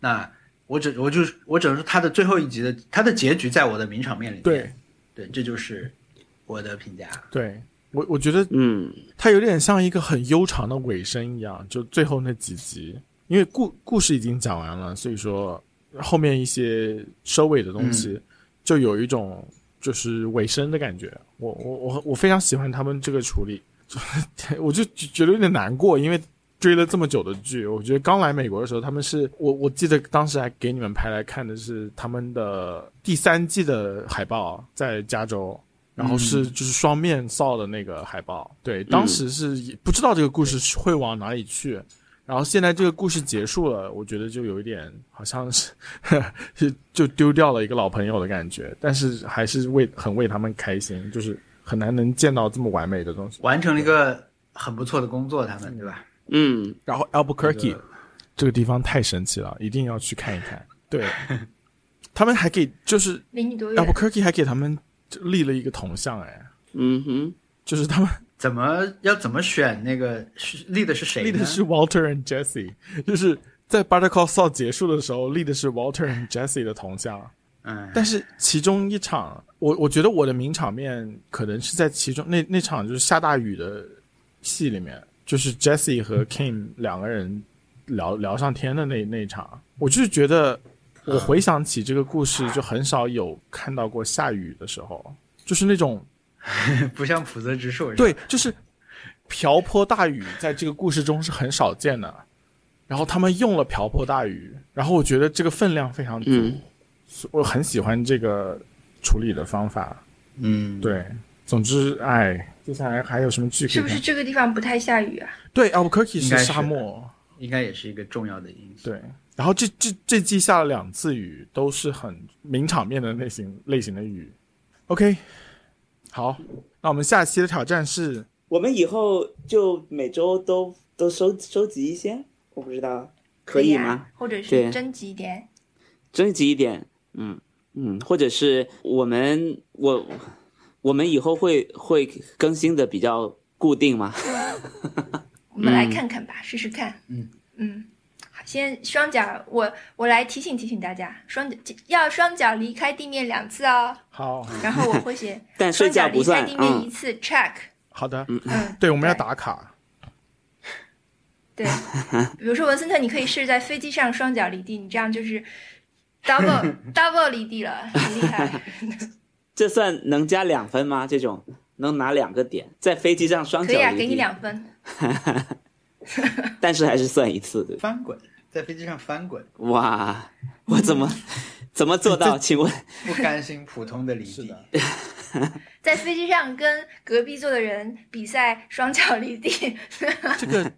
Speaker 4: 那我只我就是我只能说，它的最后一集的它的结局在我的名场面里面，
Speaker 3: 对
Speaker 4: 对，这就是我的评价。
Speaker 3: 对，我我觉得
Speaker 2: 嗯，
Speaker 3: 它有点像一个很悠长的尾声一样，就最后那几集，因为故故事已经讲完了，所以说后面一些收尾的东西，就有一种就是尾声的感觉。我我我我非常喜欢他们这个处理， 就我就觉得有点难过，因为。追了这么久的剧，我觉得刚来美国的时候，他们是我我记得当时还给你们拍来看的是他们的第三季的海报，在加州，然后是就是双面扫的那个海报。对，当时是也不知道这个故事会往哪里去，然后现在这个故事结束了，我觉得就有一点好像是 是就丢掉了一个老朋友的感觉，但是还是为很为他们开心，就是很难能见到这么完美的东西。
Speaker 4: 完成了一个很不错的工作，他们对吧？
Speaker 2: 嗯，
Speaker 3: 然后
Speaker 4: 那
Speaker 3: Albuquerque
Speaker 4: 个
Speaker 3: 这个地方太神奇了，一定要去看一 看。对，他们还给就是
Speaker 1: 离你多远？
Speaker 3: Albuquerque 还给他们立了一个铜像，哎，
Speaker 2: 嗯哼，
Speaker 3: 就是他们
Speaker 4: 怎么要怎么选那个是立的是谁呢？
Speaker 3: 立的是 Walter and Jesse，就是在 Better Call Saul 结束的时候立的是 Walter and Jesse 的铜像。
Speaker 4: 嗯，
Speaker 3: 但是其中一场，我我觉得我的名场面可能是在其中那那场就是下大雨的戏里面，就是 Jesse 和 Kim 两个人聊聊上天的那那一场，我就是觉得我回想起这个故事，就很少有看到过下雨的时候，就是那种
Speaker 4: 不像普泽直树。是吧，
Speaker 3: 对，就是瓢泼大雨在这个故事中是很少见的。然后他们用了瓢泼大雨，然后我觉得这个分量非常足，
Speaker 2: 嗯
Speaker 3: 所我很喜欢这个处理的方法。
Speaker 4: 嗯，
Speaker 3: 对，总之，哎，接下来还有什么剧可
Speaker 1: 是
Speaker 3: 以
Speaker 1: 不
Speaker 3: 看？
Speaker 1: 是这个地方不太下雨啊？
Speaker 3: 对，Albuquerque
Speaker 4: 应该是
Speaker 3: 沙漠，
Speaker 4: 应该也是一个重要的因素。
Speaker 3: 对。然后这这这季下了两次雨，都是很名场面的类型类型的雨。OK，好，那我们下期的挑战是
Speaker 2: 我们以后就每周都都收收集一些，我不知道可以
Speaker 1: 啊
Speaker 2: 吗？？
Speaker 1: 或者是
Speaker 2: 对
Speaker 1: 征集一点？
Speaker 2: 征集一点，嗯嗯，或者是我们我我们以后会会更新的比较固定吗？
Speaker 1: 我们来看看吧，试试看。
Speaker 4: 嗯
Speaker 1: 嗯，好，先双脚，我我来提醒提醒大家，双脚要双脚离开地面两次 哦。
Speaker 3: 好
Speaker 1: 然后我会写
Speaker 2: 但 睡
Speaker 1: 双脚
Speaker 2: 觉不
Speaker 1: 离开
Speaker 2: 算
Speaker 1: 地，面一
Speaker 2: 嗯，
Speaker 1: 次 check。
Speaker 3: 好的，
Speaker 1: 嗯，
Speaker 3: 对，我们要打卡。
Speaker 1: 对。比如说文森特，你可以试在飞机上双脚离地，你这样就是 double double 离地了，很厉害。
Speaker 2: 这算能加两分吗？这种能拿两个点，在飞机上 双
Speaker 1: 可
Speaker 2: 脚
Speaker 1: 以啊，
Speaker 2: 离
Speaker 1: 给你
Speaker 2: 地，
Speaker 1: 两分。
Speaker 2: 但是还是算一次的。
Speaker 4: 翻滚，在飞机上翻滚，
Speaker 2: 哇，我 怎么怎么做到？请问，
Speaker 4: 不甘心普通的离
Speaker 3: 是
Speaker 4: 地
Speaker 3: 的，
Speaker 1: 在飞机上跟隔壁座的人比赛双脚离地，
Speaker 3: 这 个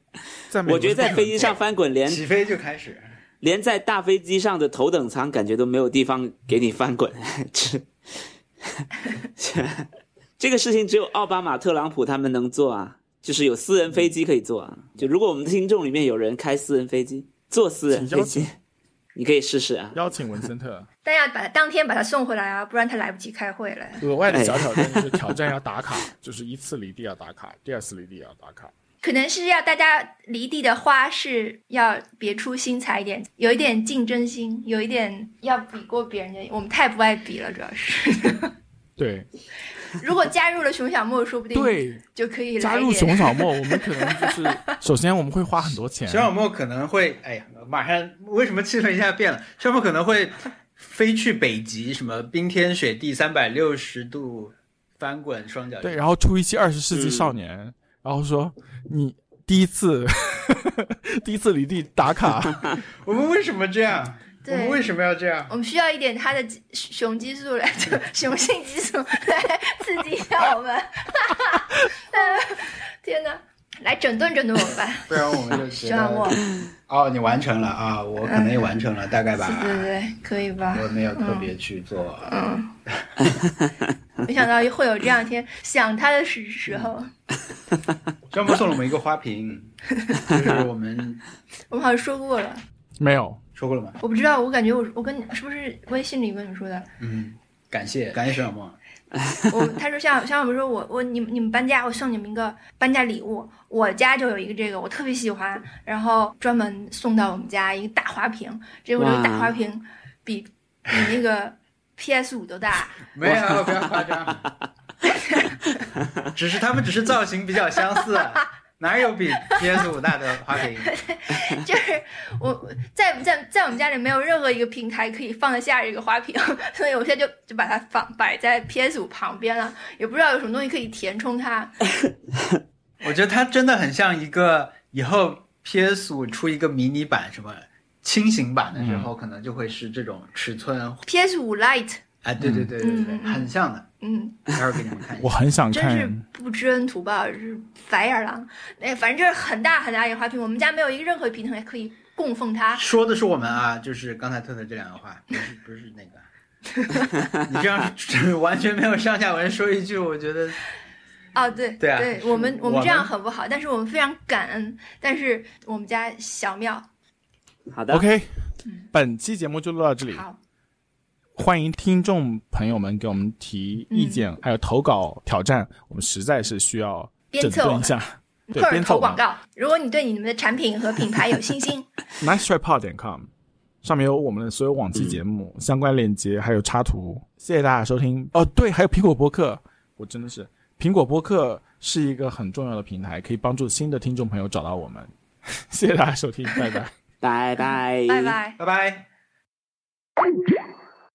Speaker 3: 在美国
Speaker 2: 我觉得在
Speaker 3: 是
Speaker 2: 飞机上翻滚，连
Speaker 4: 起飞就开始。
Speaker 2: 连在大飞机上的头等舱，感觉都没有地方给你翻滚。 这这个事情只有奥巴马、特朗普他们能做啊，就是有私人飞机可以坐啊。就如果我们的听众里面有人开私人飞机，坐私人飞
Speaker 3: 请
Speaker 2: 机，你可以试试啊。
Speaker 3: 邀请文森特，
Speaker 1: 但要把当天把他送回来啊，不然他来不及开会了。
Speaker 3: 额外的小挑战就是挑战要打卡，就是一次离地要打卡，第二次离地也要打卡。
Speaker 1: 可能是要大家离地的花式要别出心裁一点，有一点竞争心，有一点要比过别人的。我们太不爱比了，主要 是。
Speaker 3: 对
Speaker 1: 如果加入了熊小莫，说不定
Speaker 3: 对，
Speaker 1: 就可以来
Speaker 3: 加
Speaker 1: 一
Speaker 3: 入
Speaker 1: 点
Speaker 3: 熊小莫，我们可能就是首先我们会花很多钱
Speaker 4: 徐，小莫可能会，哎呀，马上为什么气氛一下变了？徐小莫可能会飞去北极，什么冰天雪地，三百六十度翻滚双脚。
Speaker 3: 对，，然后出一期二十世纪少年，然后说你第一次 第一次离地打 卡，
Speaker 4: 我们为什么这样？我
Speaker 1: 对
Speaker 4: 们为什么要这样？
Speaker 1: 我们需要一点它的激雄激素来，就雄性激素来刺激一下我们。 呃天哪，来整顿整顿我们吧，
Speaker 4: 不然我们就
Speaker 1: 熊小莫。
Speaker 4: 哦，你完成了啊，我可能也完成了，大概吧。
Speaker 1: 对对对，可以吧？
Speaker 4: 我没有特别去做。啊
Speaker 1: 嗯，没想到会有这样一天，想他的时时候，
Speaker 3: 嗯
Speaker 4: 小莫送了我们一个花瓶，就是我们
Speaker 1: 我们好像说过了，
Speaker 3: 没有，
Speaker 4: 说过了吗？
Speaker 1: 我不知道，我感觉我我跟你是不是微信里跟你们说的？
Speaker 4: 嗯，感谢感谢徐小莫。
Speaker 1: 我他说像像我们说我我你们你们搬家，我送你们一个搬家礼物，我家就有一个这个，我特别喜欢，然后专门送到我们家一个大花瓶，结果这个
Speaker 2: 哇
Speaker 1: 大花瓶比比那个 PS 五都大，
Speaker 4: 没有，不要夸 张。只是他们只是造型比较相似，啊 哪有比 PS 五大的花瓶？
Speaker 1: 就是我我在在在我们家里没有任何一个平台可以放得下这个花瓶， 所以我现在就就把它放摆在 PS 五旁边了，也不知道有什么东西可以填充它。
Speaker 4: 我觉得它真的很像一个以后 PS 五出一个迷你版什么轻型版的时候，可能就会是这种尺寸。
Speaker 1: PS 五 Lite，
Speaker 4: 哎，对对对对对，对
Speaker 1: 嗯嗯嗯
Speaker 4: 很像的。
Speaker 1: 嗯，
Speaker 4: 待会儿给你们看一
Speaker 3: 我
Speaker 4: 下。
Speaker 3: 很想
Speaker 1: 真是
Speaker 3: 看，
Speaker 1: 不知恩图报，是白眼狼。哎，反正就是很大很大一个花瓶，我们家没有一个任何平台可以供奉它。
Speaker 4: 说的是我们啊，就是刚才特特这两个话，不是不是那个。 你这样是完全没有上下文，说一句，我觉得
Speaker 1: 哦，对
Speaker 4: 对啊
Speaker 1: 对
Speaker 4: 是
Speaker 1: 我们我
Speaker 4: 我
Speaker 1: 们
Speaker 4: 们
Speaker 1: 这样很不好，但是我们非常感恩。但是我们家小妙
Speaker 2: 好的
Speaker 3: OK，本期节目就录到这里，
Speaker 1: 好，
Speaker 3: 欢迎听众朋友们给我们提意见，还有投稿挑战，我们实在是需要
Speaker 1: 鞭
Speaker 3: 整
Speaker 1: 策我
Speaker 3: 顿一
Speaker 1: 们。
Speaker 3: 下。对
Speaker 1: 或，者
Speaker 3: 鞭策
Speaker 1: 投
Speaker 3: 我们
Speaker 1: 广告，如果你对你们的产品和品牌有信 心，
Speaker 3: nicetripod 点 com，上面有我们的所有往期节目、相关链接，还有插图。谢谢大家收听嗯哦，对，还有苹果播客，我真的是苹果播客是一个很重要的平台，可以帮助新的 听众朋友找到我们。谢谢大家收听，拜拜。
Speaker 2: 拜拜，
Speaker 1: 拜拜。
Speaker 4: 拜拜。